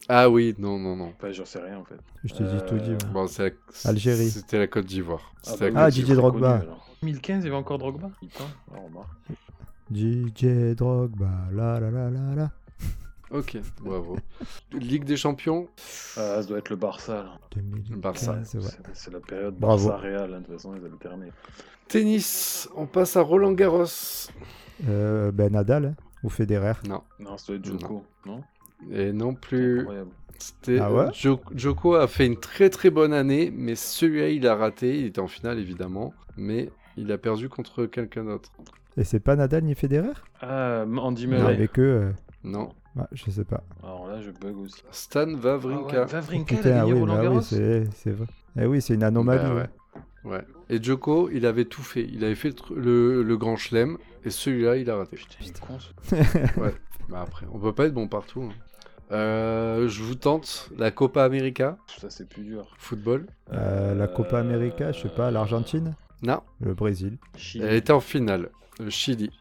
Ah oui, non, non, non. Enfin, j'en sais rien en fait. Je te dis tout dit. Euh, ouais. Bon, c'est la- Algérie. C'était la Côte d'Ivoire. C'était bah la oui, Côte Ah, c'est Didier très Drogba. connu, alors. 2015, il oh, y avait encore Drogba Putain, alors, remarque. DJ Drogba, la la la la la. Ok, bravo. Ligue des champions Ah, ça doit être le Barça, là. 2015, Barça, ouais. C'est- C'est la période Bravo. Barça-Real, hein, de toute façon, ils alternaient. Tennis, on passe à Roland Garros. Euh, ben Nadal hein, ou Federer. Non. Non, ça doit être Joko, non Et non C'est plus. incroyable. C'était Ah ouais Jo- Joko a fait une très très bonne année, mais celui-là il a raté. Il était en finale évidemment, mais il a perdu contre quelqu'un d'autre. Et c'est pas Nadal ni Federer Ah, Andy Non, Murray. Avec eux, Non. euh, ouais, je sais pas. Alors là, je bug aussi. Stan Ah ouais, Wawrinka. Wawrinka, il a Putain, ah gagné oui, Roland bah Garros oui, c'est c'est vrai. Eh oui, c'est une anomalie. Bah ouais. ouais. Ouais. Et Joko, il avait tout fait. Il avait fait le, tr- le- le grand chelem, et celui-là il a raté. Putain, il est con, ce- Bah après, on peut pas être bon partout. hein. Euh, je vous tente la Copa América, Ça, c'est plus dur. football. Euh, la Copa Euh, América, je sais pas, l'Argentine, Non, le Brésil. Chili. elle était en finale. Le Chili.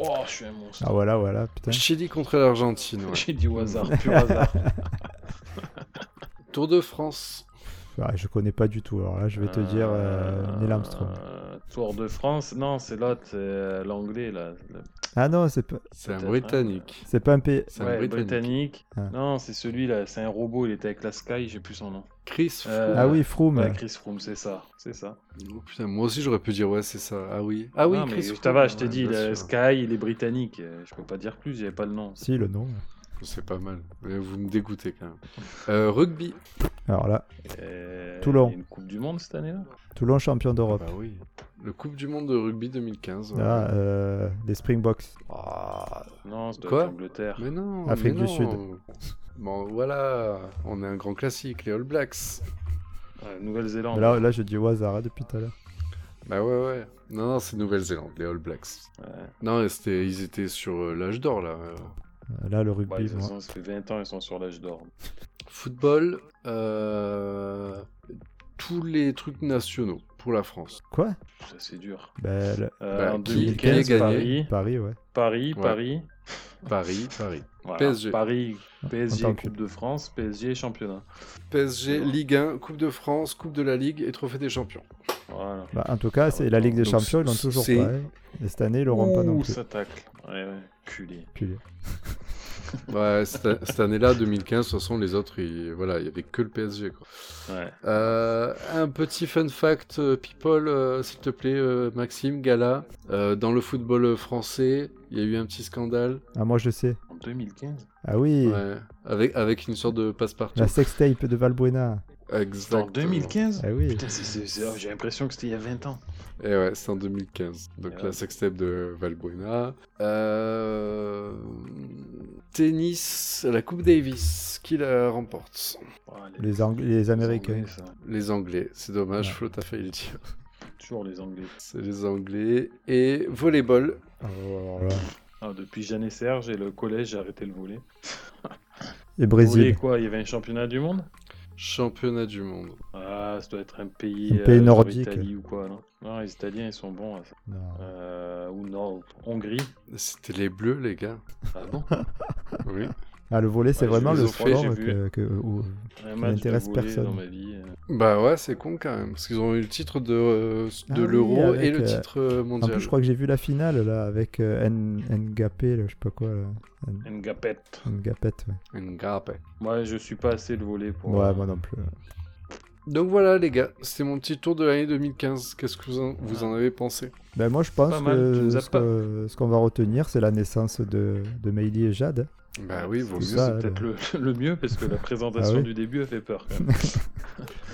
Oh, je suis un monstre. Ah voilà, voilà, putain. Chili contre l'Argentine. ouais. J'ai dit au hasard, pur hasard. Tour de France. Ah, je connais pas du tout. Alors là, je vais te dire euh, Neil Armstrong. Euh, Tour de France, non, c'est l'autre, c'est, euh, l'anglais, là. Le- Ah non, c'est pas, C'est un Peut-être, Britannique. c'est pas un pays. C'est un ouais, Britannique. britannique. Ah. Non, c'est celui-là, c'est un robot, il était avec la Sky, j'ai plus son nom. Chris Euh, Ah oui, Froome. Ouais, Chris Froome, c'est ça, c'est ça. Oh, putain, moi aussi j'aurais pu dire ouais, c'est ça. Ah oui. Ah oui, Non, mais Chris. ça va, je t'ai Ouais, dit, bien le sûr. Sky, il est britannique, euh, je peux pas dire plus, j'avais pas le nom. Si, le nom. ouais. C'est pas mal. Mais Vous me dégoûtez quand même. Euh, rugby. Alors là, Euh, Toulon. il y a une Coupe du Monde cette année-là Toulon champion d'Europe. Bah oui. Le Coupe du Monde de rugby 2015. ouais. Ah, euh, les Springboks. Ah, Non, c'est Quoi l'Angleterre. mais non. Afrique mais du non. Bon, voilà. On a un grand classique, les All Blacks. Ouais, Nouvelle-Zélande. Là, là, je dis au hasard hein, depuis tout à l'heure. Bah ouais, ouais. Non, non, c'est Nouvelle-Zélande, les All Blacks. Ouais. Non, c'était, ils étaient sur euh, l'âge d'or, là. Euh, Euh, Là, le Ouais, de rugby. toute moi. façon, ça fait 20 ans, ils sont sur l'âge d'or. Football, euh, tous les trucs nationaux pour la France. Quoi Ça, c'est dur. Ben, le- Euh, Bah, en qui- 2015, qui a Paris, gagné Paris, ouais. Paris, Ouais. Paris. Paris, Paris. Voilà, PSG. Paris, En PSG, tant que- Coupe de France, PSG, championnat. PSG, Ligue 1, Coupe de France, Coupe de la Ligue et Trophée des Champions. Voilà. Bah, en tout cas, c'est la Ligue des Donc, Champions, ils l'ont toujours c'est- pas. hein. Et cette année, ils l'auront pas non Ouh, plus. ça tacle. Ouais, ouais, culé. Puis, Ouais, cette, cette année-là, 2015, de toute façon, les autres, ils- voilà, il y avait que le PSG. Quoi. Ouais. Euh, un petit fun fact, euh, people, euh, s'il te plaît, euh, Maxime, Gala. Euh, dans le football français, il y a eu un petit scandale Ah, moi, je sais. En 2015 Ah oui, ouais, avec, avec une sorte de passe-partout. la sextape de Valbuena. Exactement. En 2015 Ah oui. Putain, c'est- c'est- c'est- j'ai l'impression que c'était il y a 20 ans. Et ouais, c'est en 2015. Donc Ouais. la sextape de Valbuena. Euh, Tennis, la Coupe Davis, qui la remporte Oh, les, Les, Ang- les Américains. Anglais, ça. Les Anglais. C'est dommage, Ouais. Flo, t'as failli le dire. Toujours les Anglais. C'est les Anglais. Et volleyball. Oh, là là. Ah, depuis Jeanne et Serge et le collège, j'ai arrêté le volet. Et Vous voulez Brésil. quoi Il y avait un championnat du monde Championnat du monde. Ah, ça doit être un pays, Un pays genre nordique. Italie ou quoi, non Non, les Italiens, ils sont bons. à ça. Non. Euh, ou non, Hongrie. C'était les bleus, les gars. Ah bon Oui. Ah, le volet, c'est Ouais, vraiment je les le ai fait, sport j'ai que, que- où- Un match de n'intéresse volley personne. dans ma vie. euh. Bah ouais, c'est con quand même. Parce qu'ils ont eu le titre de, euh, Ah de oui, l'euro et avec, le euh, titre euh, En mondial. plus, je crois que j'ai vu la finale, là, avec euh, N- Ngapé, E, là, je sais pas quoi. là. N- Ngapet. Ngapet, E ouais. Ngape. Moi, je suis pas assez le volet pour. Ouais, moi non plus. Donc voilà les gars, c'était mon petit tour de l'année 2015. Qu'est-ce que vous en, vous en avez pensé Ben moi je Pas pense mal, tu que nous as ce pas- que- ce qu'on va retenir c'est la naissance de, de Meili et Jade. Bah oui, vaut Tout mieux. C'est ça, alors. peut-être le, le mieux parce que la présentation Ah oui du début a fait peur. Quand même.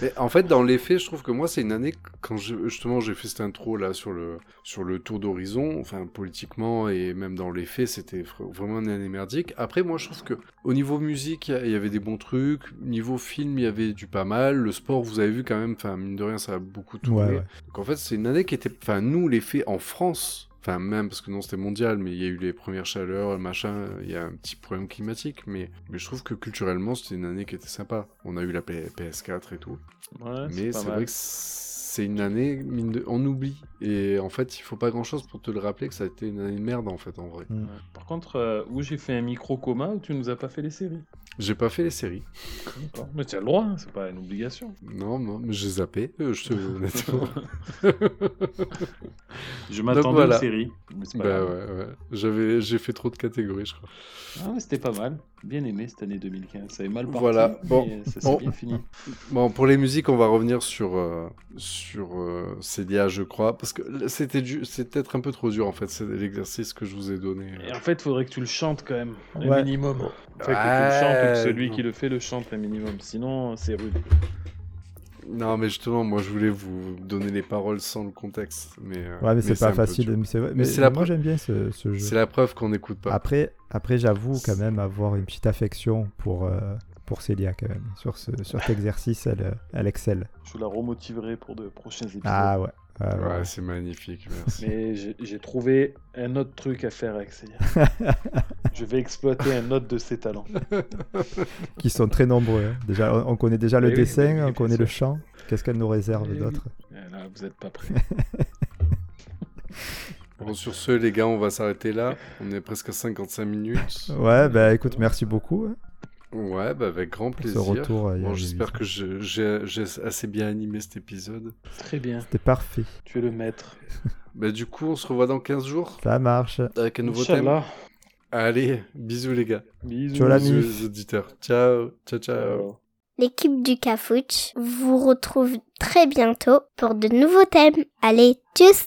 Mais en fait, dans les faits, je trouve que moi, c'est une année que- quand je- justement j'ai fait cette intro là sur le sur le tour d'horizon, enfin politiquement et même dans les faits, c'était fr- vraiment une année merdique. Après, moi, je trouve que au niveau musique, il y a- il y avait des bons trucs. Niveau film, il y avait du pas mal. Le sport, vous avez vu quand même, enfin mine de rien, ça a beaucoup tourné. Ouais, ouais. Donc en fait, c'est une année qui était, enfin nous, les faits en France. Enfin, même parce que non, c'était mondial, mais il y a eu les premières chaleurs, machin, il y a un petit problème climatique, mais, mais je trouve que culturellement, c'était une année qui était sympa. On a eu la P- PS4 et tout. Ouais, Mais pas c'est mal. vrai que c'est une année, mine de- on oublie. Et en fait, il faut pas grand chose pour te le rappeler que ça a été une année de merde en fait, en vrai. Ouais. Par contre, euh, où j'ai fait un micro coma où tu nous as pas fait les séries. J'ai pas fait les séries. D'accord. Mais tu as le droit, hein, c'est pas une obligation. Non, non, mais j'ai zappé, euh, je te honnêtement. Je m'attendais voilà. aux séries. mais c'est pas bah grave. ouais, ouais. J'avais, j'ai fait trop de catégories, je crois. Ah, mais c'était pas mal. Bien aimé cette année 2015. Ça avait mal parti. Voilà. mais Bon. Ça s'est Bon. bien fini. Bon, pour les musiques, on va revenir sur euh, sur euh, Célia, je crois, parce que l- c'était du, c'est peut-être un peu trop dur en fait, c'est l'exercice que je vous ai donné. euh. Et en fait, faudrait que tu le chantes quand même. Un Ouais. minimum. Faudrait que tu le chantes ou Ouais. que celui qui le fait le chante un minimum. Sinon, c'est rude. Non, mais justement, moi, je voulais vous donner les paroles sans le contexte, mais euh, Ouais, mais c'est un pas peu facile. dur. Mais c'est vrai- Mais mais c'est la moi, pre- j'aime bien ce, ce jeu. Ah, C'est la preuve qu'on n'écoute pas. Après, après j'avoue quand même avoir une petite affection pour, euh, pour Célia quand même. Sur, ce, sur cet exercice, elle, euh, elle excelle. Je la remotiverai pour de prochains épisodes. Ah ouais. ouais, ouais. Ouais, c'est magnifique, merci. Mais j'ai j'ai trouvé un autre truc à faire avec Célia. Je vais exploiter un autre de ses talents. Qui sont très nombreux. hein. Déjà, on, on connaît déjà le Eh oui, dessin, oui, oui, on connaît bien le chant. Qu'est-ce qu'elle nous réserve Eh oui. d'autre Eh Là, vous n'êtes pas prêts. Bon, sur ce, les gars, on va s'arrêter là. On est presque à 55 minutes. Ouais, bah écoute, merci beaucoup. hein. Ouais, bah, avec grand Pour ce plaisir. retour, euh, il y a Bon, du- j'espère que je- j'ai j'ai assez bien animé cet épisode. Très bien, C'était parfait. tu es le maître. Bah, du coup, on se revoit dans 15 jours Ça marche. avec un nouveau thème. Inch'Allah. Allez, bisous, les gars. Bisous. Ciao, la bisous, mif. les auditeurs. Ciao, ciao, ciao. Ciao. L'équipe du Cafouche vous retrouve très bientôt pour de nouveaux thèmes. Allez, tchuss